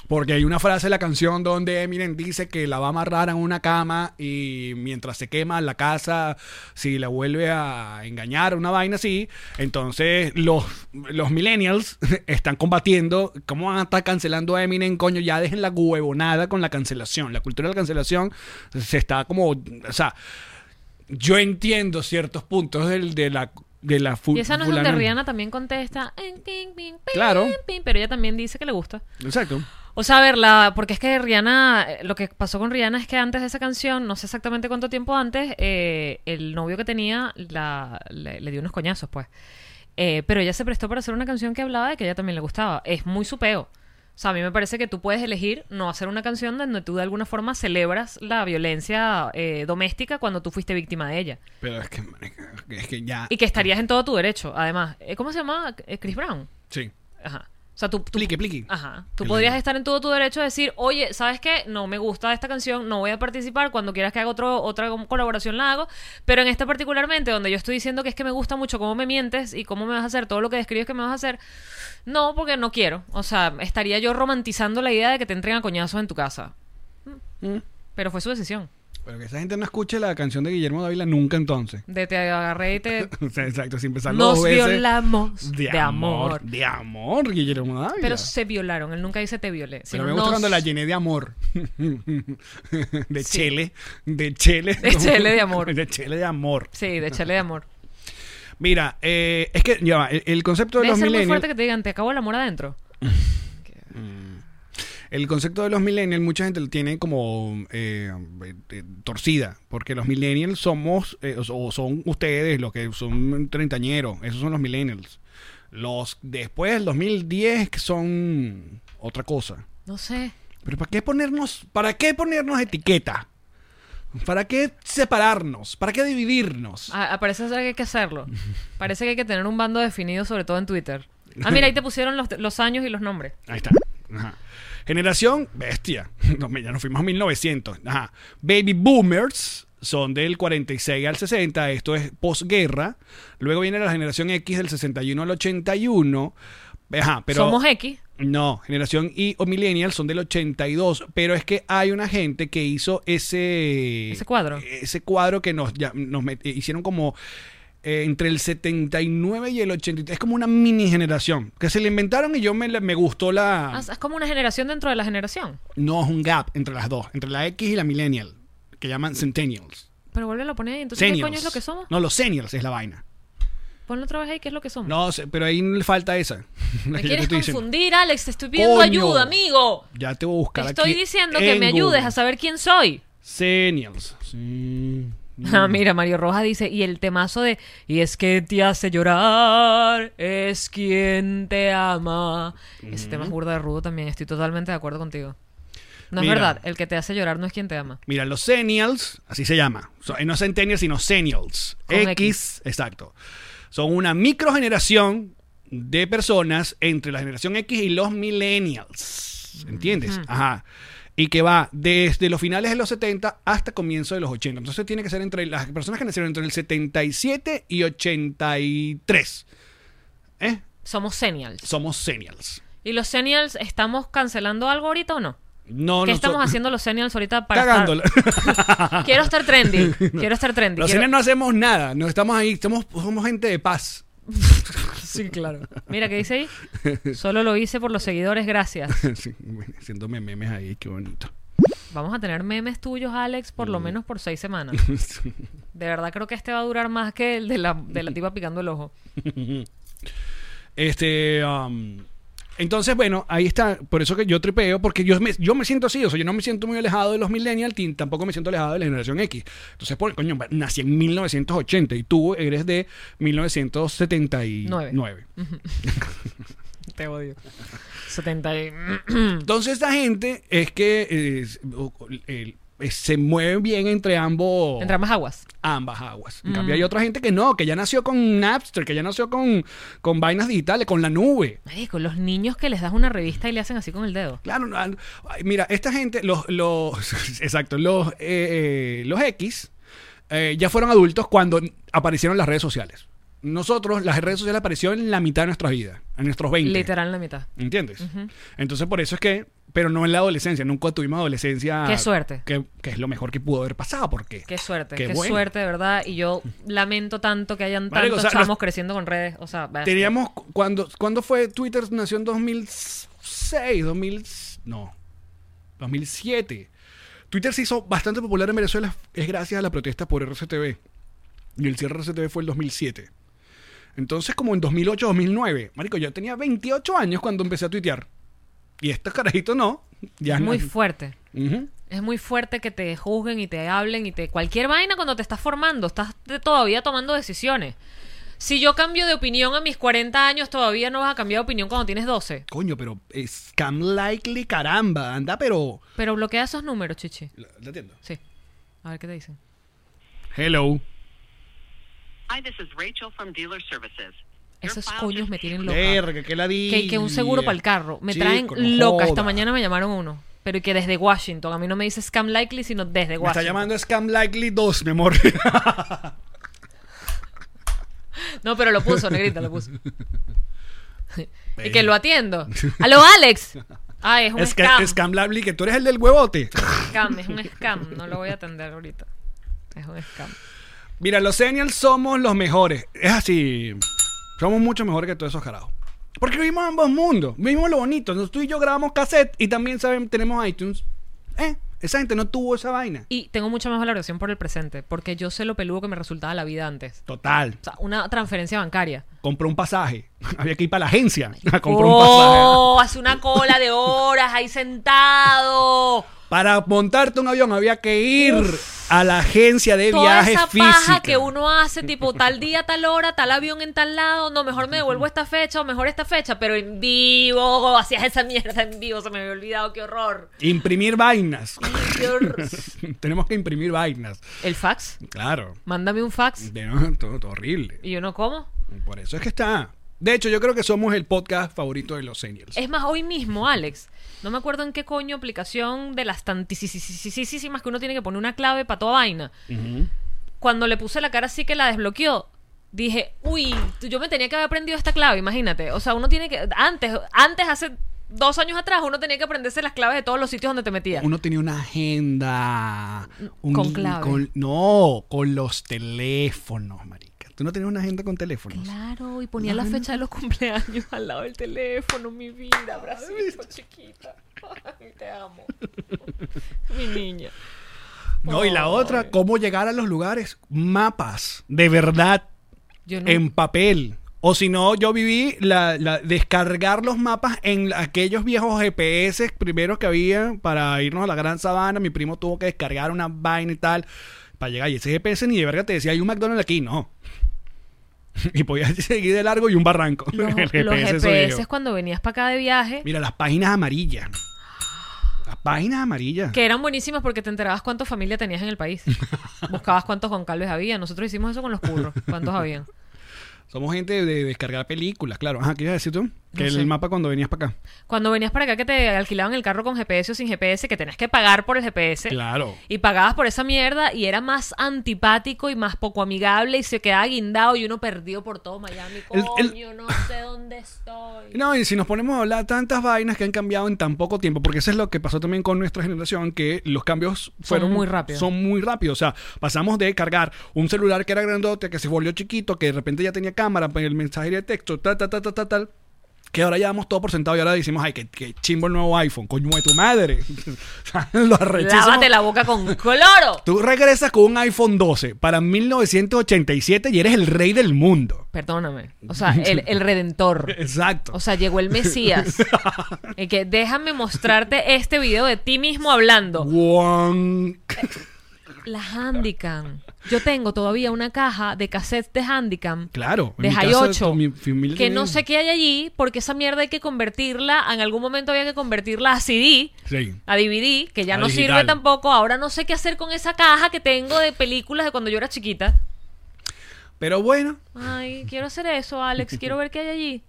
Porque hay una frase en la canción donde Eminem dice que la va a amarrar a una cama y mientras se quema la casa, si la vuelve a engañar, una vaina así, entonces los, los millennials están combatiendo. ¿Cómo van a estar cancelando a Eminem? Coño, ya dejen la huevonada con la cancelación. La cultura de la cancelación se está como, o sea, yo entiendo ciertos puntos del, de la de la fu-
Y esa no es
fulana.
donde Rihanna también contesta. "En, ping, ping, ping,
Claro.
ping", pero ella también dice que le gusta.
Exacto.
O sea, a ver, la, porque es que Rihanna, eh, lo que pasó con Rihanna es que antes de esa canción, no sé exactamente cuánto tiempo antes, eh, el novio que tenía la, le, le dio unos coñazos, pues. Eh, pero ella se prestó para hacer una canción que hablaba de que a ella también le gustaba. Es muy supeo. O sea, a mí me parece que tú puedes elegir no hacer una canción donde tú de alguna forma celebras la violencia eh, doméstica cuando tú fuiste víctima de ella.
Pero es que marica, es que ya
Y que estarías en todo tu derecho, además. Eh, ¿Cómo se llama? Eh, Chris Brown.
sí.
Ajá. O sea, tú, tú-
Pliqui, pliqui.
Ajá. Tú
Qué
podrías
lindo.
estar en todo tu derecho de decir, oye, ¿sabes qué? No me gusta esta canción, no voy a participar. Cuando quieras que haga otro, otra com- colaboración la hago. Pero en esta particularmente, donde yo estoy diciendo que es que me gusta mucho cómo me mientes y cómo me vas a hacer todo lo que describes que me vas a hacer, no, porque no quiero. O sea, estaría yo romantizando la idea de que te entren a coñazos en tu casa. Mm. Pero fue su decisión.
Pero que esa gente no escuche la canción de Guillermo Dávila nunca entonces.
De te agarré y te...
O sea, exacto, sin empezar
Nos
dos veces.
violamos
de, amor, de amor, Guillermo Dávila.
Pero se violaron. Él nunca dice te violé.
Pero
sino
me gusta
nos-
cuando la llené de amor. De
Sí.
chele. De chele.
De chele de amor.
De chele de amor.
Sí, de chale de amor.
Mira, eh, es que ya va, el, el concepto de
Debe
los
ser muy
millennials.
fuerte que te digan, te acabo el amor adentro.
El concepto de los millennials, mucha gente lo tiene como eh, eh, torcida, porque los millennials somos, eh, o o son ustedes, los que son treintañeros, esos son los millennials. Los después del 2010 que son otra cosa.
No sé.
Pero ¿para qué ponernos, para qué ponernos etiqueta? ¿Para qué separarnos? ¿Para qué dividirnos?
A- a- parece ser que hay que hacerlo. Parece que hay que tener un bando definido, sobre todo en Twitter. Ah, mira, ahí te pusieron los, los años y los nombres.
Ahí está. Ajá. Generación bestia. No, ya nos fuimos a 1900. Ajá. Baby boomers son del 46 al 60. Esto es posguerra. Luego viene la generación X del 61 al 81. Ajá, pero.
Somos X.
No, generación Y o millennial son del 82, pero es que hay una gente que hizo ese...
Ese cuadro.
Ese cuadro que nos, ya- nos met- eh, hicieron como eh, entre el 79 y el 83. Es como una mini generación, que se le inventaron y yo me, la- me gustó la...
Ah, Es como una generación dentro de la generación.
No, es un gap entre las dos, entre la X y la millennial, que llaman centennials.
Pero vuelve a poner ahí. Entonces, ¿qué
Seniors.
coño es lo que somos?
No, los seniors es la vaina.
Ponlo otra vez ahí, ¿qué es lo que somos?
No, sé, pero ahí le falta esa. La
Me
que yo te
quieres
estoy diciendo.
confundir, Alex. Te estoy pidiendo
Coño.
ayuda, amigo.
Ya te voy
Te
a buscar
estoy
aquí
diciendo que
en
me ayudes
Google.
a saber quién soy.
Seniors. Sí.
Ah, mira, Mario Rojas dice, y el temazo de, y es que te hace llorar, es quien te ama.
Mm.
Ese tema es burda de rudo también, estoy totalmente de acuerdo contigo. No
Mira.
es verdad, el que te hace llorar no es quien te ama.
Mira, los senials, así se llama. So- eh, no centennials, sino senials.
Con
X,
X.
exacto. Son una microgeneración de personas entre la generación X y los millennials. ¿Entiendes? Ajá. Y que va desde los finales de los 70 hasta comienzo de los 80. Entonces tiene que ser entre las personas que nacieron entre el 77 y 83. ¿Eh?
Somos senials.
Somos senials.
¿Y los senials estamos cancelando algo ahorita o no?
No,
¿Qué
no
estamos
so-
haciendo los senials ahorita para estar-
Cagándola.
Quiero estar trendy, quiero estar trendy.
Los
quiero-
cines no hacemos nada, no estamos ahí, somos, somos gente de paz.
Sí, claro. Mira, ¿qué dice ahí? Solo lo hice por los seguidores, gracias.
Sí, bueno, haciéndome memes ahí, qué bonito.
Vamos a tener memes tuyos, Alex, por
Mm.
lo menos por seis semanas. De verdad creo que este va a durar más que el de la, de la tipa picando el ojo.
Este, am, entonces, bueno, ahí está, por eso que yo tripeo, porque yo me, yo me siento así, o sea, yo no me siento muy alejado de los millennials, ni tampoco me siento alejado de la generación X. Entonces, por coño, nací en 1980 y tú eres de 1979.
Nueve. Te odio. 70 y-
Entonces esta gente es que eh, eh, eh, se mueve bien entre ambos
Entre ambas aguas.
ambas aguas. En
Mm.
cambio hay otra gente que no, que ya nació con Napster, que ya nació con, con vainas digitales, con la nube.
Marico, los niños que les das una revista y le hacen así con el dedo.
Claro, no, no. Ay, mira, esta gente, los, los exacto, los, eh, eh, los X eh, ya fueron adultos cuando aparecieron las redes sociales. Nosotros, las redes sociales aparecieron en la mitad de nuestra vida, en nuestros 20.
Literal en la mitad.
¿Entiendes? Entonces, por eso es que, pero no en la adolescencia, nunca tuvimos adolescencia.
Qué suerte.
Que, que es lo mejor que pudo haber pasado, porque.
Qué suerte,
Qué
qué,
bueno.
suerte, de verdad. Y yo lamento tanto que hayan
Marico,
tantos
o sea,
chamos
los-
creciendo con redes. O sea, bah,
Teníamos, cu- cuando, cuando fue Twitter? Nació en 2006, 2000, no, 2007. Twitter se hizo bastante popular en Venezuela, es gracias a la protesta por RCTV. Y el cierre de RCTV fue el 2007. Entonces, como en 2008, 2009, marico, yo tenía 28 años cuando empecé a tuitear. Y estos carajitos no. Ya
es muy
no-
fuerte.
Ujú.
Es muy fuerte que te juzguen y te hablen y te. Cualquier vaina cuando te estás formando, estás te- todavía tomando decisiones. Si yo cambio de opinión a mis 40 años, todavía no vas a cambiar de opinión cuando tienes 12.
Coño, pero eh, scam likely, caramba, anda, pero.
Pero bloquea esos números, chichi.
La, la atiendo.
Sí. A ver qué te dicen.
Hello.
Hi, this is Rachel from Dealer Services. Your
Esos
file
coños
just
me tienen loca.
Verga, qué ladilla.
Que, que un seguro para el carro. Me traen
Chico, no
loca.
joda.
Esta mañana me llamaron uno. Pero que desde Washington. A mí no me dice Scam Likely, sino desde
Me está
Washington.
llamando Scam Likely 2, mi amor.
No, pero lo puso, negrita, lo puso. y que lo atiendo. ¡Aló, Alex! Ah, es un
Es que-
scam.
scam Likely, que tú eres el del huevote.
Scam, es un scam. No lo voy a atender ahorita. Es un scam.
Mira, los seniors somos los mejores. Es así. Somos mucho mejores que todos esos carajos. Porque vivimos ambos mundos. Vivimos lo bonito. Nos- Tú y yo grabamos cassette y también saben, tenemos iTunes. ¿Eh? Esa gente no tuvo esa vaina.
Y tengo mucha más valoración por el presente, porque yo sé lo peludo que me resultaba la vida antes.
Total.
O sea, una transferencia bancaria.
Compró un pasaje. Había que ir para la agencia. Compró un pasaje.
¡Oh! Hace una cola de horas ahí sentado.
Para montarte un avión había que ir a la agencia de
Toda
viajes
esa
física.
paja que uno hace, tipo tal día, tal hora, tal avión en tal lado, no, mejor me devuelvo esta fecha o mejor esta fecha, pero en vivo, hacías esa mierda en vivo, se me había olvidado, qué horror.
Imprimir vainas.
Qué horror.
Tenemos que imprimir vainas.
¿El fax?
Claro.
Mándame un fax.
De- no, todo, todo horrible.
¿Y uno cómo?
Por eso es que está. De hecho, yo creo que somos el podcast favorito de los seniors.
Es más, hoy mismo, Alex, no me acuerdo en qué coño aplicación de las tantísimas que uno tiene que poner una clave para toda vaina. Cuando le puse la cara así que la desbloqueó, dije, uy, tú- yo me tenía que haber aprendido esta clave, imagínate. O sea, uno tiene que. Antes, antes hace dos años atrás, uno tenía que aprenderse las claves de todos los sitios donde te metías.
Uno tenía una agenda.
Con clave.
no, con los teléfonos, marica. Tú no tenías una agenda con teléfonos.
Claro, y ponía la fecha de los cumpleaños al lado del teléfono, mi vida, bracito, chiquita. Ay, te amo. mi niña.
No, y la otra, cómo llegar a los lugares. Mapas, de verdad,
Yo no-
en papel. O si no, yo viví la, la- descargar los mapas en la- aquellos viejos GPS primeros que había para irnos a la Gran Sabana. Mi primo tuvo que descargar una vaina y tal para llegar. Y ese GPS ni de verga te decía, hay un McDonald's aquí. No. Y podías seguir de largo y un barranco.
Los,
El
los
GPS soy
GPS
yo.
cuando venías para acá de viaje,
Mira, las páginas amarillas. Las páginas amarillas.
que eran buenísimas porque te enterabas cuántas familias tenías en el país. Buscabas cuántos Juan Calves había. Nosotros hicimos eso con los curros. ¿Cuántos habían?
Somos gente de descargar películas, claro. Ajá, ¿qué ibas a decir tú? Que
No
el
sé.
mapa cuando venías para acá.
Cuando venías para acá que te alquilaban el carro con GPS o sin GPS, que tenías que pagar por el GPS.
Claro.
Y pagabas por esa mierda y era más antipático y más poco amigable y se quedaba guindado y uno perdido por todo Miami.
El-
Coño,
el-
no sé dónde estoy.
No, y si nos ponemos a hablar tantas vainas que han cambiado en tan poco tiempo, porque eso es lo que pasó también con nuestra generación, que los cambios fueron
muy rápidos.
Son muy rápidos. O sea, pasamos de cargar un celular que era grandote, que se volvió chiquito, que de repente ya tenía cámara, pues, el mensajería de texto, tal, tal, tal, tal, tal, tal, Que ahora ya damos todo por sentado y ahora decimos, ay, que, chimbo el nuevo iPhone, coño de tu madre. O sea, lo arrechísimo.
Lávate la boca con cloro.
Tú regresas con un iPhone 12 para 1987 y eres el rey del mundo.
Perdóname. O sea, el, el redentor.
Exacto.
O sea, llegó el Mesías. El que déjame mostrarte este video de ti mismo hablando.
Guan.
las Handicam. Yo tengo todavía una caja de cassettes de Handicam.
Claro. en
De
mi
Jai
casa,
8.
mi familia
Que
tiene-
no sé qué hay allí, porque esa mierda hay que convertirla, en algún momento había que convertirla a CD,
Sí.
a DVD, que ya
A
no sirve
digital.
tampoco. Ahora no sé qué hacer con esa caja que tengo de películas de cuando yo era chiquita.
Pero bueno,
Ay, quiero hacer eso, Alex. Quiero ver qué hay allí.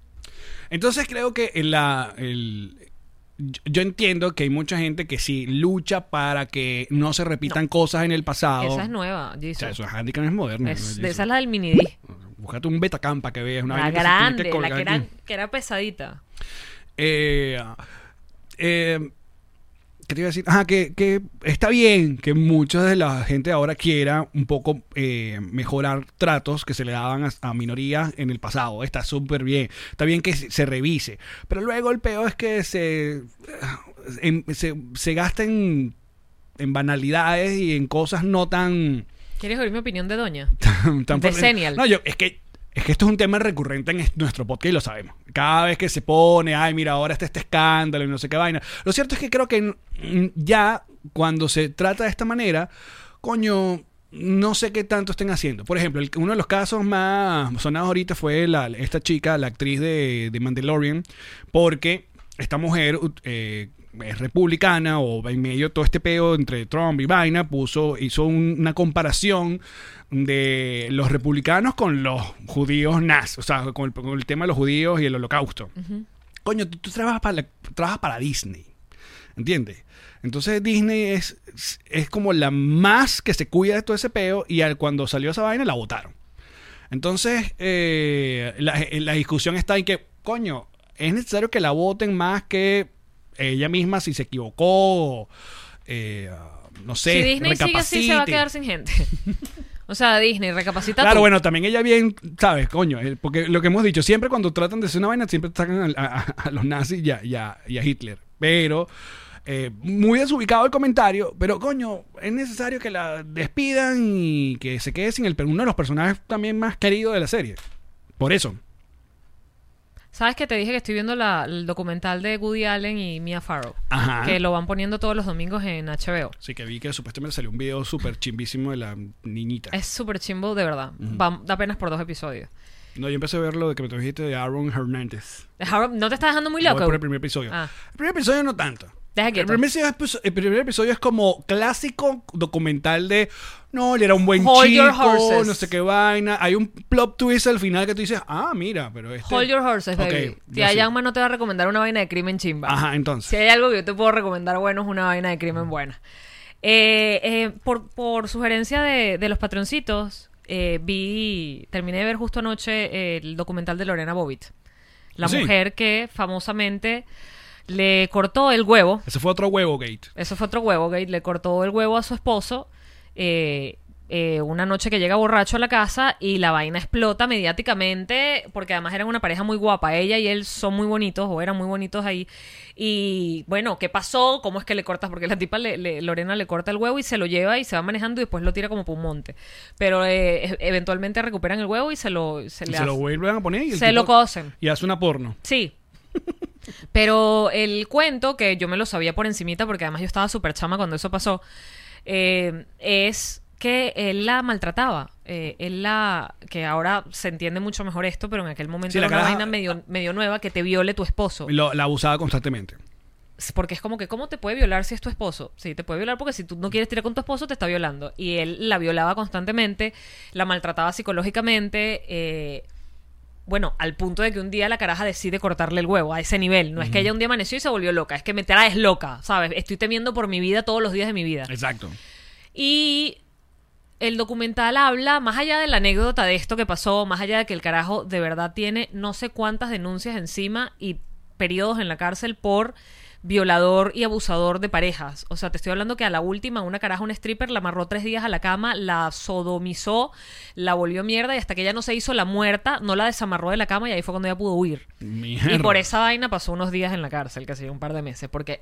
Entonces creo que en la, el- yo- yo entiendo que hay mucha gente que sí lucha para que no se repitan cosas en el pasado.
Esa es nueva,
Ah, oh. O sea,
Jesus.
eso es handicap es moderno.
Es-
¿no?
de esa
Eso-
es la del mini D.
Búscate un Betacam para que veas una
La
vaina que se tiene
grande,
que
la
colgar
que era,
aquí.
que era pesadita.
Eh, eh, ¿Qué te iba a decir? Ajá, que, que está bien que mucha de la gente ahora quiera un poco eh, mejorar tratos que se le daban a, a minorías en el pasado. Está súper bien. Está bien que se, se revise. Pero luego el peor es que se, en- se, se gasta en, en banalidades y en cosas no tan...
¿Quieres oír mi opinión de Doña?
tan, tan fuerte.
Decennial.
No, yo, es que. Es que esto es un tema recurrente en est- nuestro podcast y lo sabemos. Cada vez que se pone, ay, mira, ahora está este escándalo y no sé qué vaina. Lo cierto es que creo que mm, ya cuando se trata de esta manera, coño, no sé qué tanto estén haciendo. Por ejemplo, el- uno de los casos más sonados ahorita fue la, esta chica, la actriz de, de Mandalorian, porque esta mujer ut- eh, es republicana o en medio de todo este peo entre Trump y vaina puso hizo un- una comparación de los republicanos con los judíos nazis, o sea, con el, con el tema de los judíos y el holocausto. Coño, tú, tú trabajas para la- trabajas para Disney. ¿Entiendes? Entonces Disney es, es- es como la más que se cuida de todo ese peo y al, cuando salió esa vaina la votaron. Entonces, eh, la, la discusión está en que, coño, es necesario que la voten más que ella misma si se equivocó, eh, no sé,
si Disney sigue así, se va a
recapacite.
quedar sin gente. O sea, Disney, recapacita
Claro,
tú.
bueno, también ella bien, ¿sabes? Coño, eh, porque lo que hemos dicho, siempre cuando tratan de hacer una vaina, siempre sacan a, a- a los nazis y a, y a- y a Hitler. Pero, eh, muy desubicado el comentario, pero coño, es necesario que la despidan y que se quede sin el, per- uno de los personajes también más queridos de la serie. Por eso.
¿Sabes que te dije que estoy viendo la- el documental de Woody Allen y Mia Farrow?
Ajá.
Que lo van poniendo todos los domingos en HBO.
Sí, que vi que supuestamente salió un video súper chimbísimo de la niñita.
Es súper chimbo, de verdad. Va- da apenas por dos episodios.
No, yo empecé a ver lo de que me trajiste de Aaron Hernández.
Harold, ¿No te está dejando muy
Voy
loco?
por el primer episodio.
Ah.
El primer episodio no tanto.
Deja
El
quieto.
primer, episodio, pues, el primer episodio es como clásico documental de no, él era un buen
Hold your
chico,
horses.
no sé qué vaina. Hay un plot twist al final que tú dices, ah, mira, pero este.
Hold your horses,
Ok,
baby.
ya
Tía
sí.
Yangma no te va a recomendar una vaina de crimen chimba.
Ajá, entonces.
Si hay algo que yo te puedo recomendar bueno, es una vaina de crimen buena. Eh, eh, por, por sugerencia de, de los patroncitos, eh, vi, terminé de ver justo anoche el documental de Lorena Bobbitt. La
Sí.
mujer que famosamente le cortó el huevo.
Ese fue otro huevo gate.
Eso fue otro huevo, Gate. Le cortó el huevo a su esposo. eh, eh, una noche que llega borracho a la casa y la vaina explota mediáticamente, porque además eran una pareja muy guapa. Ella y él son muy bonitos, o eran muy bonitos ahí. Y bueno, ¿qué pasó? ¿Cómo es que le cortas? Porque la tipa, le- le- Lorena, le corta el huevo y se lo lleva y se va manejando y después lo tira como por un monte. Pero eh, e- eventualmente recuperan el huevo y se lo. Se,
Y
le
se lo
hace-
vuelven a poner y el
se lo
tipo-
cocen.
Y hace una porno.
Sí. Pero el cuento, que yo me lo sabía por encimita, porque además yo estaba súper chama cuando eso pasó, eh, es que él la maltrataba. Eh, él la... que ahora se entiende mucho mejor esto, pero en aquel momento
Sí, la
era una
caraja-
vaina medio, medio nueva que te viole tu esposo.
Y lo- la abusaba constantemente.
Porque es como que, ¿cómo te puede violar si es tu esposo? Sí, te puede violar porque si tú no quieres tirar con tu esposo, te está violando. Y él la violaba constantemente, la maltrataba psicológicamente. eh, bueno, al punto de que un día la caraja decide cortarle el huevo a ese nivel. No es que ella un día amaneció y se volvió loca, es que me traes loca, ¿sabes? Estoy temiendo por mi vida todos los días de mi vida.
Exacto.
Y el documental habla, más allá de la anécdota de esto que pasó, más allá de que el carajo de verdad tiene no sé cuántas denuncias encima y periodos en la cárcel por violador y abusador de parejas. O sea, te estoy hablando que a la última, una caraja, un stripper, la amarró tres días a la cama, la sodomizó, la volvió mierda y hasta que ella no se hizo la muerta, no la desamarró de la cama y ahí fue cuando ella pudo huir.
Mierda.
Y por esa vaina pasó unos días en la cárcel, que sé yo, un par de meses, porque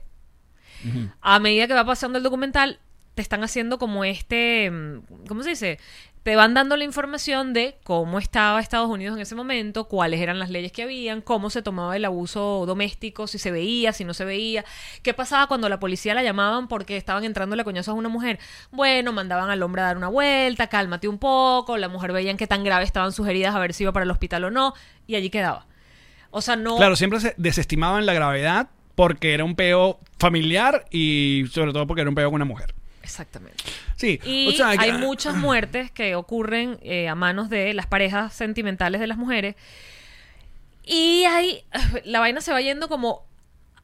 a medida que va pasando el documental, te están haciendo como este, mm, ¿cómo se dice? te van dando la información de cómo estaba Estados Unidos en ese momento, cuáles eran las leyes que habían, cómo se tomaba el abuso doméstico, si se veía, si no se veía, qué pasaba cuando la policía la llamaban porque estaban entrando la coñazo a una mujer. Bueno, mandaban al hombre a dar una vuelta, cálmate un poco, la mujer veían qué tan grave estaban sus heridas, a ver si iba para el hospital o no, y allí quedaba. O sea, no...
Claro, siempre se desestimaban la gravedad porque era un peo familiar y sobre todo porque era un peo con una mujer.
Exactamente.
Sí,
Y
o sea,
hay
ah,
muchas muertes que ocurren eh, a manos de las parejas sentimentales de las mujeres. Y hay. La vaina se va yendo como.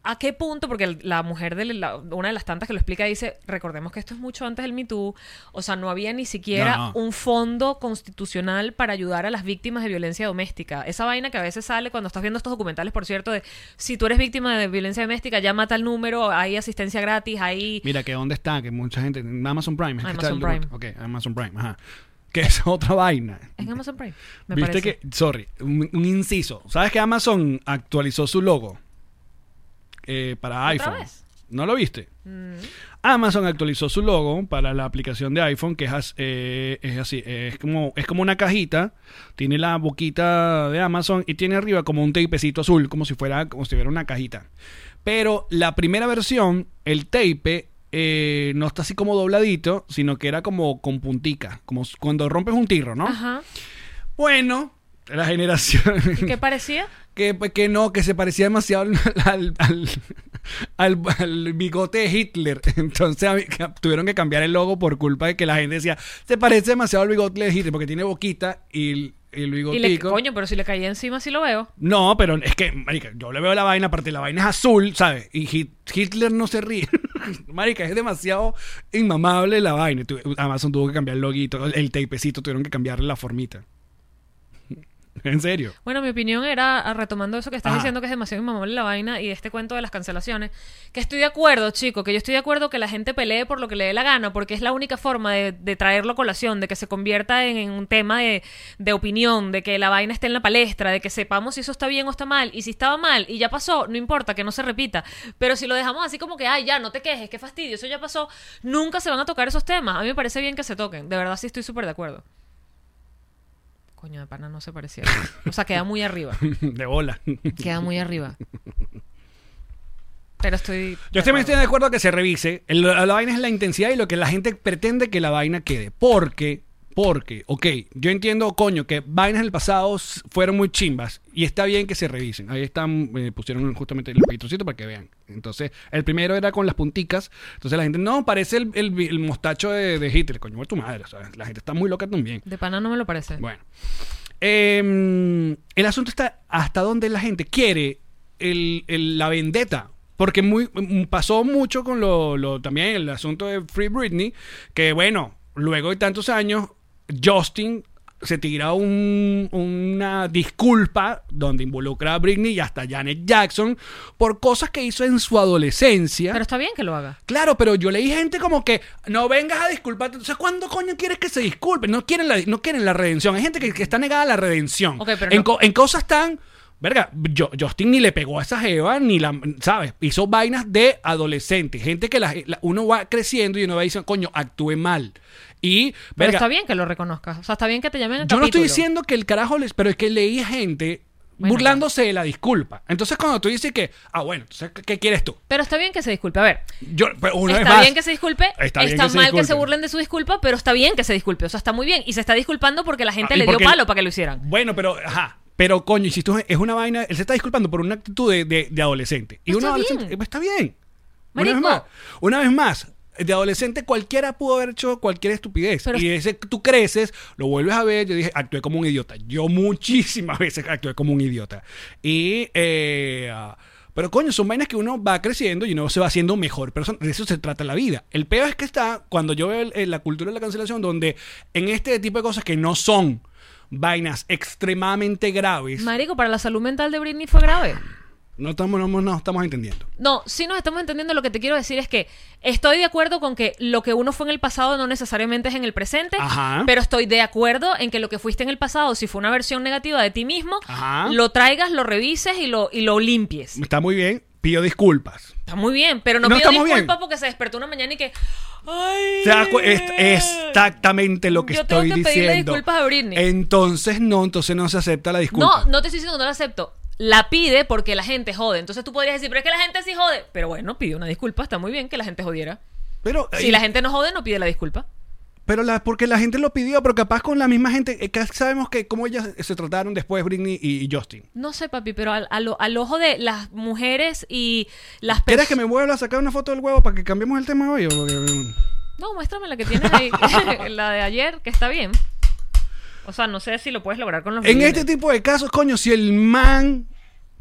¿A qué punto? Porque el- la mujer de la- una de las tantas que lo explica dice, recordemos que esto es mucho antes del Me Too, o sea, no había ni siquiera
No, no.
un fondo constitucional para ayudar a las víctimas de violencia doméstica. Esa vaina que a veces sale cuando estás viendo estos documentales, por cierto, de si tú eres víctima de violencia doméstica, ya mata al número, hay asistencia gratis, hay...
Mira, que dónde está, que mucha gente. en Amazon Prime. es que está
Amazon
el documento. Ok, Amazon Prime, ajá. Que es otra vaina.
En Amazon Prime, me
Viste
parece.
que, sorry, un, un inciso. ¿Sabes que Amazon actualizó su logo Eh, para iPhone?
vez? Mm.
¿No lo viste? Amazon actualizó su logo para la aplicación de iPhone, que es, as- eh, es así, eh, es como, es como una cajita, tiene la boquita de Amazon y tiene arriba como un tapecito azul, como si fuera, como si fuera una cajita. Pero la primera versión, el tape, eh, no está así como dobladito, sino que era como con puntica, como s- cuando rompes un tirro, ¿no?
Ajá.
Bueno, la generación
¿Y qué parecía?
que, pues, que no, que se parecía demasiado al, al, al- al- al bigote de Hitler. Entonces a mí, que tuvieron que cambiar el logo por culpa de que la gente decía, se parece demasiado al bigote de Hitler porque tiene boquita y el, el
Y le,
bigotico.
coño, pero si le caía encima sí lo veo.
No, pero es que, marica, yo le veo la vaina, aparte la vaina es azul, ¿sabes? Y Hit- Hitler no se ríe. marica, es demasiado inmamable la vaina. Tu- Amazon tuvo que cambiar el loguito, el tapecito, tuvieron que cambiarle la formita. en serio.
Bueno, mi opinión era, ah, retomando eso que estás
Ajá.
diciendo que es demasiado inmamable la vaina y este cuento de las cancelaciones, que estoy de acuerdo, chico, que yo estoy de acuerdo que la gente pelee por lo que le dé la gana, porque es la única forma de, de traerlo a colación, de que se convierta en, en un tema de, de opinión, de que la vaina esté en la palestra, de que sepamos si eso está bien o está mal, y si estaba mal y ya pasó, no importa, que no se repita. Pero si lo dejamos así como que, ay, ya, no te quejes, qué fastidio, eso ya pasó, nunca se van a tocar esos temas. A mí me parece bien que se toquen, de verdad sí estoy súper de acuerdo. Coño, de pana no se parecía. O sea, queda muy arriba.
de bola.
Queda muy arriba. Pero estoy.
Yo también estoy de acuerdo que se revise. El- la, la vaina es la intensidad y lo que la gente pretende que la vaina quede. Porque, porque, ok, yo entiendo, coño, que vainas del pasado s- fueron muy chimbas y está bien que se revisen. Ahí están, eh, pusieron justamente el registrocito para que vean. Entonces, el primero era con las punticas. Entonces la gente, no, parece el, el- el mostacho de, de Hitler, coño, muere tu madre. o sea, la gente está muy loca también.
De pana no me lo parece.
Bueno. Eh, el asunto está hasta dónde la gente quiere el- el- la vendetta. Porque muy, mm, pasó mucho con lo, lo- también el asunto de Free Britney, que bueno, luego de tantos años, Justin se tira un- una disculpa donde involucra a Britney y hasta Janet Jackson por cosas que hizo en su adolescencia.
Pero está bien que lo haga.
Claro, pero yo leí gente como que no vengas a disculparte. Entonces, ¿cuándo coño quieres que se disculpen? No quieren la, no quieren la redención. Hay gente que, que está negada a la redención.
Ok, pero
en,
no.
co- en cosas tan. Verga, yo- Justin ni le pegó a esa jeva, ni la. ¿Sabes? Hizo vainas de adolescente. Gente que la, la- uno va creciendo y uno va diciendo, coño, actúe mal. Y.
Pero
Verga,
está bien que lo reconozcas. O sea, está bien que te llamen al
yo no estoy
capítulo.
diciendo que el carajo les. Pero es que leí gente
Bueno,
burlándose de la disculpa. Entonces, cuando tú dices que. Ah, bueno, entonces, ¿qué, qué quieres tú?
Pero está bien que se disculpe. A ver.
Yo, pero una vez
está
más,
bien que se disculpe. Está,
Está, bien
mal que se
disculpen.
burlen de su disculpa, pero está bien que se disculpe. O sea, está muy bien. Y se está disculpando porque la gente
Ah, y
le dio
porque-
palo para que lo hicieran.
Bueno, pero, ajá. Pero, coño, y si tú es una vaina, él se está disculpando por una actitud de, de- de adolescente. Y
Está
una adolescente,
bien.
eh, pues, está bien. Una vez
Marico.
más, una vez más, de adolescente cualquiera pudo haber hecho cualquier estupidez.
Pero-
y ese tú creces, lo vuelves a ver, yo dije, actué como un idiota. Yo muchísimas veces actué como un idiota. Y, eh, ah, pero coño, son vainas que uno va creciendo y uno se va haciendo mejor persona. De eso se trata la vida. El peor es que está, cuando yo veo el- el- la cultura de la cancelación, donde en este tipo de cosas que no son vainas extremadamente graves,
Marico, para la salud mental de Britney fue grave.
no estamos, no, no estamos entendiendo.
No, sí nos estamos entendiendo. Lo que te quiero decir es que estoy de acuerdo con que lo que uno fue en el pasado no necesariamente es en el presente,
Ajá.
pero estoy de acuerdo en que lo que fuiste en el pasado, si fue una versión negativa de ti mismo,
Ajá.
lo traigas, lo revises y lo, y lo limpies.
Está muy bien, pido disculpas.
Está muy bien, pero no,
No,
pido
estamos bien.
disculpas porque se despertó una mañana y que. ¡Ay!
¿Te das cu- es exactamente lo que
Yo tengo
estoy
que pedirle
diciendo.
disculpas a Britney.
Entonces no, entonces no se acepta la disculpa.
No, no te estoy diciendo que no la acepto. La pide porque la gente jode. Entonces tú podrías decir, pero es que la gente sí jode. Pero bueno, pide una disculpa. Está muy bien que la gente jodiera.
Pero,
Si
eh,
la gente no jode, no pide la disculpa.
pero la, porque la gente lo pidió, pero capaz con la misma gente, eh, que sabemos que cómo ellas se trataron después Britney y, y Justin.
No sé, papi, pero al, al- al ojo de las mujeres y las
¿Quieres que
personas.
me vuelva a sacar una foto del huevo para que cambiemos el tema hoy? o- eh,
No, muéstrame la que tienes ahí. la de ayer, que está bien. O sea, no sé si lo puedes lograr con los
En
millones.
este tipo de casos, coño, si el man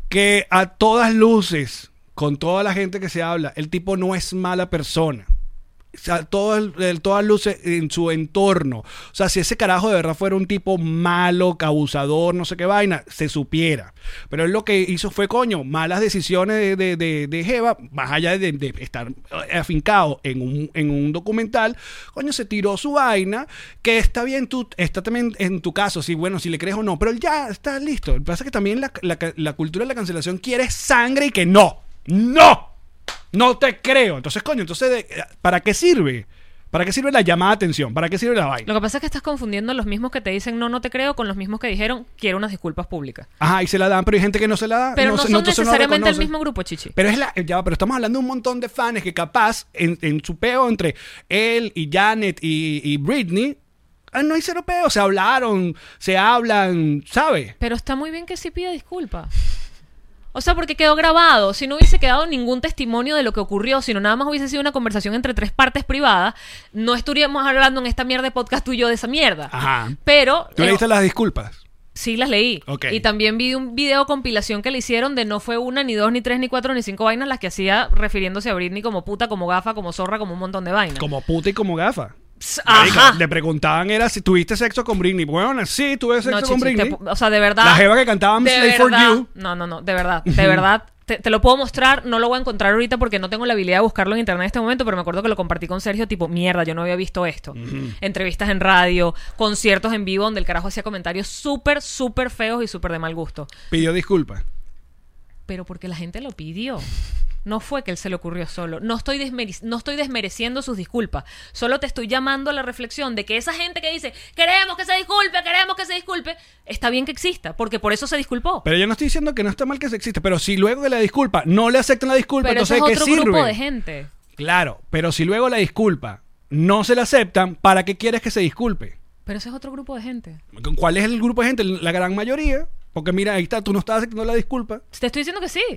que a todas luces, con toda la gente que se habla, el tipo no es mala persona. O sea, todo el- el- todas luces en su entorno. O sea, si ese carajo de verdad fuera un tipo malo, abusador, no sé qué vaina, se supiera. Pero él lo que hizo fue, coño, malas decisiones de, de, de- de Jeva, más allá de, de estar eh, afincado en un, en un documental, coño, se tiró su vaina, que está bien, tú, está también en tu caso, si bueno, si le crees o no, pero él ya está listo. Lo que pasa es que también la, la, la cultura de la cancelación quiere sangre y que no, no. No te creo. Entonces, coño, entonces, de- eh, ¿para qué sirve? ¿Para qué sirve la llamada de atención? ¿Para qué sirve la
Lo
vaina?
que pasa es que estás confundiendo los mismos que te dicen no, no te creo con los mismos que dijeron quiero unas disculpas públicas.
Ajá, y se la dan, pero hay gente que no se la da.
Pero no,
se-
son
entonces la
necesariamente el
reconocen.
mismo grupo, Chichi.
Pero es la, ya, va, pero estamos hablando de un montón de fans que capaz en, en su peo entre él y Janet y, y Britney, ah, no hay cero peo, se hablaron, se hablan, ¿sabes?
Pero está muy bien que sí pida disculpas. O sea, porque quedó grabado. Si no hubiese quedado ningún testimonio de lo que ocurrió, sino nada más hubiese sido una conversación entre tres partes privadas, no estaríamos hablando en esta mierda de podcast tuyo de esa mierda.
Ajá.
Pero
¿Tú
eh,
le diste las disculpas?
sí las leí.
Ok.
Y también vi un video compilación que le hicieron de no fue una, ni dos, ni tres, ni cuatro, ni cinco vainas las que hacía refiriéndose a Britney como puta, como gafa, como zorra, como un montón de vainas.
Como puta y como gafa.
Ps,
Marica,
Ajá.
Le preguntaban era si tuviste sexo con Britney. Bueno, sí, tuve sexo
No,
con
chichi, te
Britney.
pu- o sea, de verdad.
La jeva que cantaba I'm
de
Slave for
verdad-
You.
No, no, no, de verdad, de verdad. Te, te lo puedo mostrar, no lo voy a encontrar ahorita porque no tengo la habilidad de buscarlo en internet en este momento, pero me acuerdo que lo compartí con Sergio, tipo, mierda, yo no había visto esto. Entrevistas en radio, conciertos en vivo donde el carajo hacía comentarios súper, súper feos y súper de mal gusto.
Pidió disculpas.
Pero porque la gente lo pidió. No fue que él se le ocurrió solo. No estoy, desmeri- no estoy desmereciendo sus disculpas. Solo te estoy llamando a la reflexión de que esa gente que dice, queremos que se disculpe, queremos que se disculpe, está bien que exista, porque por eso se disculpó.
Pero yo no estoy diciendo que no está mal que se existe, pero si luego de la disculpa no le aceptan la disculpa,
Pero eso
entonces
es
¿de
otro
¿qué sirve?
grupo de gente.
Claro, pero si luego la disculpa no se la aceptan, ¿para qué quieres que se disculpe?
Pero ese es otro grupo de gente.
¿Con ¿Cuál es el grupo de gente? La gran mayoría. Porque mira, ahí está, tú no estás aceptando la disculpa.
Te estoy diciendo que sí.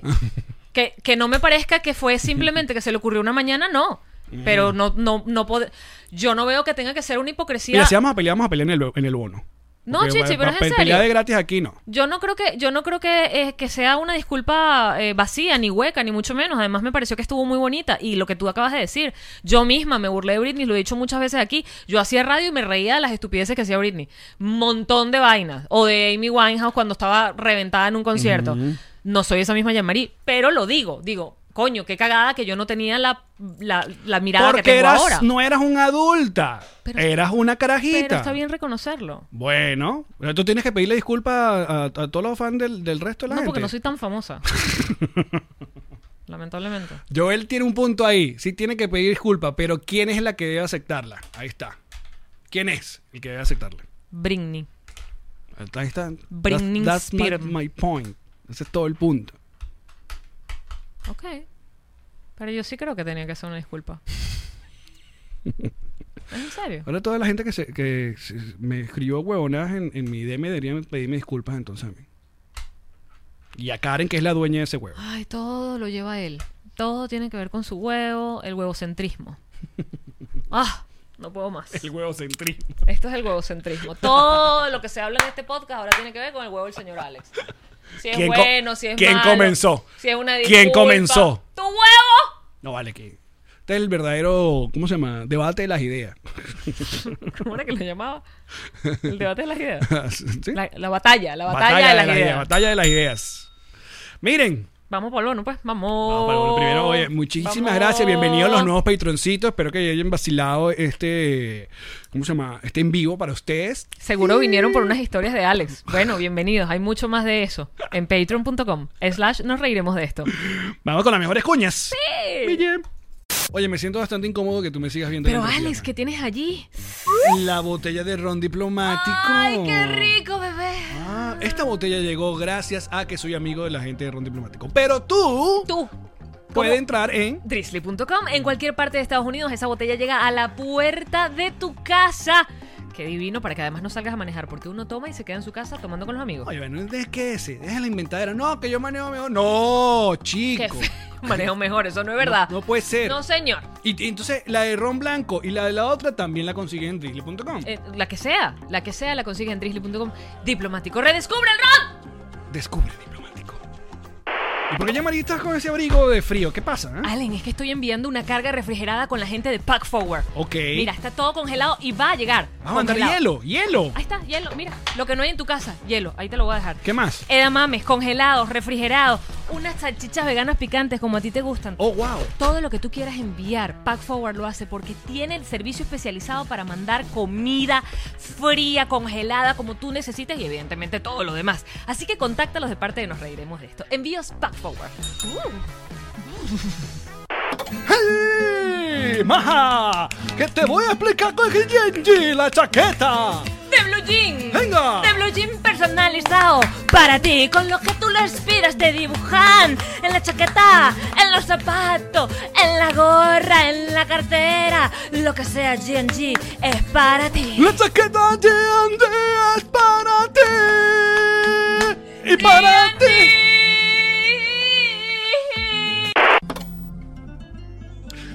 que, que no me parezca que fue simplemente que se le ocurrió una mañana, no. Pero no, no, no pod- Yo no veo que tenga que ser una hipocresía.
Mira, si vamos a pelear, vamos a pelear en el, en el bono.
ah. No,
Porque,
Chichi,
bueno,
pero
pa-
es en
pe- Pelear
serio.
de gratis aquí no.
Yo no creo que, yo no creo que, eh, que sea una disculpa eh, vacía, ni hueca, ni mucho menos. Además, me pareció que estuvo muy bonita. Y lo que tú acabas de decir, yo misma me burlé de Britney, lo he dicho muchas veces aquí. Yo hacía radio y me reía de las estupideces que hacía Britney. Montón de vainas. O de Amy Winehouse cuando estaba reventada en un concierto. No soy esa misma Yamari, pero lo digo, digo. Coño, qué cagada que yo no tenía la, la, la mirada que
Porque
tengo
eras,
ahora.
no eras una adulta.
Pero-
eras una carajita.
pero está bien reconocerlo.
Bueno, pero tú tienes que pedirle disculpas a, a- a todos los fans del, del resto de la
No,
gente.
porque no soy tan famosa. Lamentablemente.
Joel tiene un punto ahí. Sí tiene que pedir disculpa, pero ¿quién es la que debe aceptarla? Ahí está. ¿Quién es el que debe aceptarla?
Britney.
Ahí está.
Britney
that's that's my,
Spears.
my point. Ese es todo el punto.
Ok. Pero yo sí creo que tenía que hacer una disculpa. ¿Es en serio?
Ahora toda la gente que, se, que se- me escribió huevonadas en, en mi DM debería pedirme disculpas entonces a mí. Y a Karen, que es la dueña de ese huevo.
Ay, todo lo lleva él. Todo tiene que ver con su huevo, el huevocentrismo. Ah, no puedo más.
huevo centrismo.
Esto es el huevocentrismo. Todo lo que se habla en este podcast ahora tiene que ver con el huevo del señor Alex. Si es
¿Quién co-
bueno, si es
quién
malo,
comenzó?
Si es una
¿Quién
disculpa.
comenzó?
¡Tu huevo!
No vale que. Este es el verdadero, ¿cómo se llama? Debate de las ideas.
¿Cómo era que le llamaba? El debate de las ideas.
¿Sí?
La, la batalla, la batalla, de las ideas.
Batalla de las ideas. Miren,
Vamos por el bono, pues. Vamos.
Vamos Ah, para el bono. primero, oye, muchísimas
Vamos.
gracias. Bienvenidos los nuevos patroncitos. Espero que hayan vacilado este, ¿cómo se llama? Este en vivo para ustedes.
Seguro vinieron por unas historias de Alex. Bueno, bienvenidos. Hay mucho más de eso en patreon.com. Slash nos reiremos de esto.
Vamos con las mejores cuñas. Sí. Oye, me siento bastante incómodo que tú me sigas viendo.
Pero
la
Alex,
persiana.
¿qué tienes allí?
La botella de ron diplomático.
¡Ay, qué rico, bebé!
Ah, esta botella llegó gracias a que soy amigo de la gente de ron diplomático. Pero tú,
Tú.
puedes entrar en
Drizzly.com. En cualquier parte de Estados Unidos, esa botella llega a la puerta de tu casa. Qué divino para que además no salgas a manejar, porque uno toma y se queda en su casa tomando con los amigos.
Oye, bueno, es que ese, deja la inventadera. No, que yo manejo mejor. No,
Qué
chico.
feo. Manejo mejor, eso no es verdad.
No, no puede ser.
No, señor.
Y, y entonces la de ron blanco y la de la otra también la consiguen en drizzly.com.
Eh, la que sea, la que sea, la consigues en drizzly.com. Diplomático, redescubre el rock.
Descubre diplomático. ¿Y por qué ya María estás con ese abrigo de frío? ¿Qué pasa? eh?
Allen, es que estoy enviando una carga refrigerada con la gente de Pack Forward.
Ok.
Mira, está todo congelado y va a llegar.
Vamos a mandar
Congelado.
hielo, hielo.
Ahí está, hielo. Mira, lo que no hay en tu casa, hielo. Ahí te lo voy a dejar.
¿Qué más?
Edamames, congelados, refrigerados, unas salchichas veganas picantes como a ti te gustan.
Oh, wow.
Todo lo que tú quieras enviar, Pack Forward lo hace porque tiene el servicio especializado para mandar comida fría, congelada, como tú necesites y evidentemente todo lo demás. Así que contáctalos de parte de Nos Reiremos de esto. Envíos Pack Forward.
¡Hey! ¡Maja! ¡Que te voy a explicar con el Genji, la chaqueta!
De Blue Jean.
¡Venga!
De Blue Jean personalizado para ti, con lo que tú lo inspiras te dibujan en la chaqueta, en los zapatos, en la gorra, en la cartera, lo que sea G&G es para ti.
¡La chaqueta Genji es para ti! ¡Y para ti!
G&G.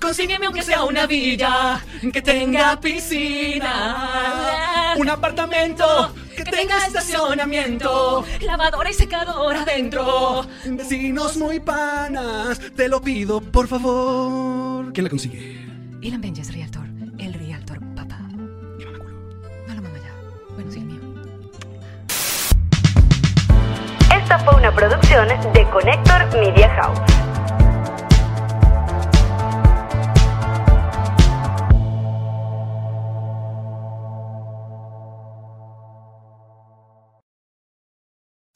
Consígueme aunque sea una villa que tenga piscina.
Un apartamento
Oh, que tenga estacionamiento, lavadora y secadora adentro.
Vecinos muy panas, te lo pido por favor. ¿Quién la consigue?
Ilan Benjes, Rialtor. El Rialtor, papá. No lo mamá ya. Bueno, sí, el mío.
Esta fue una producción de Connector Media House.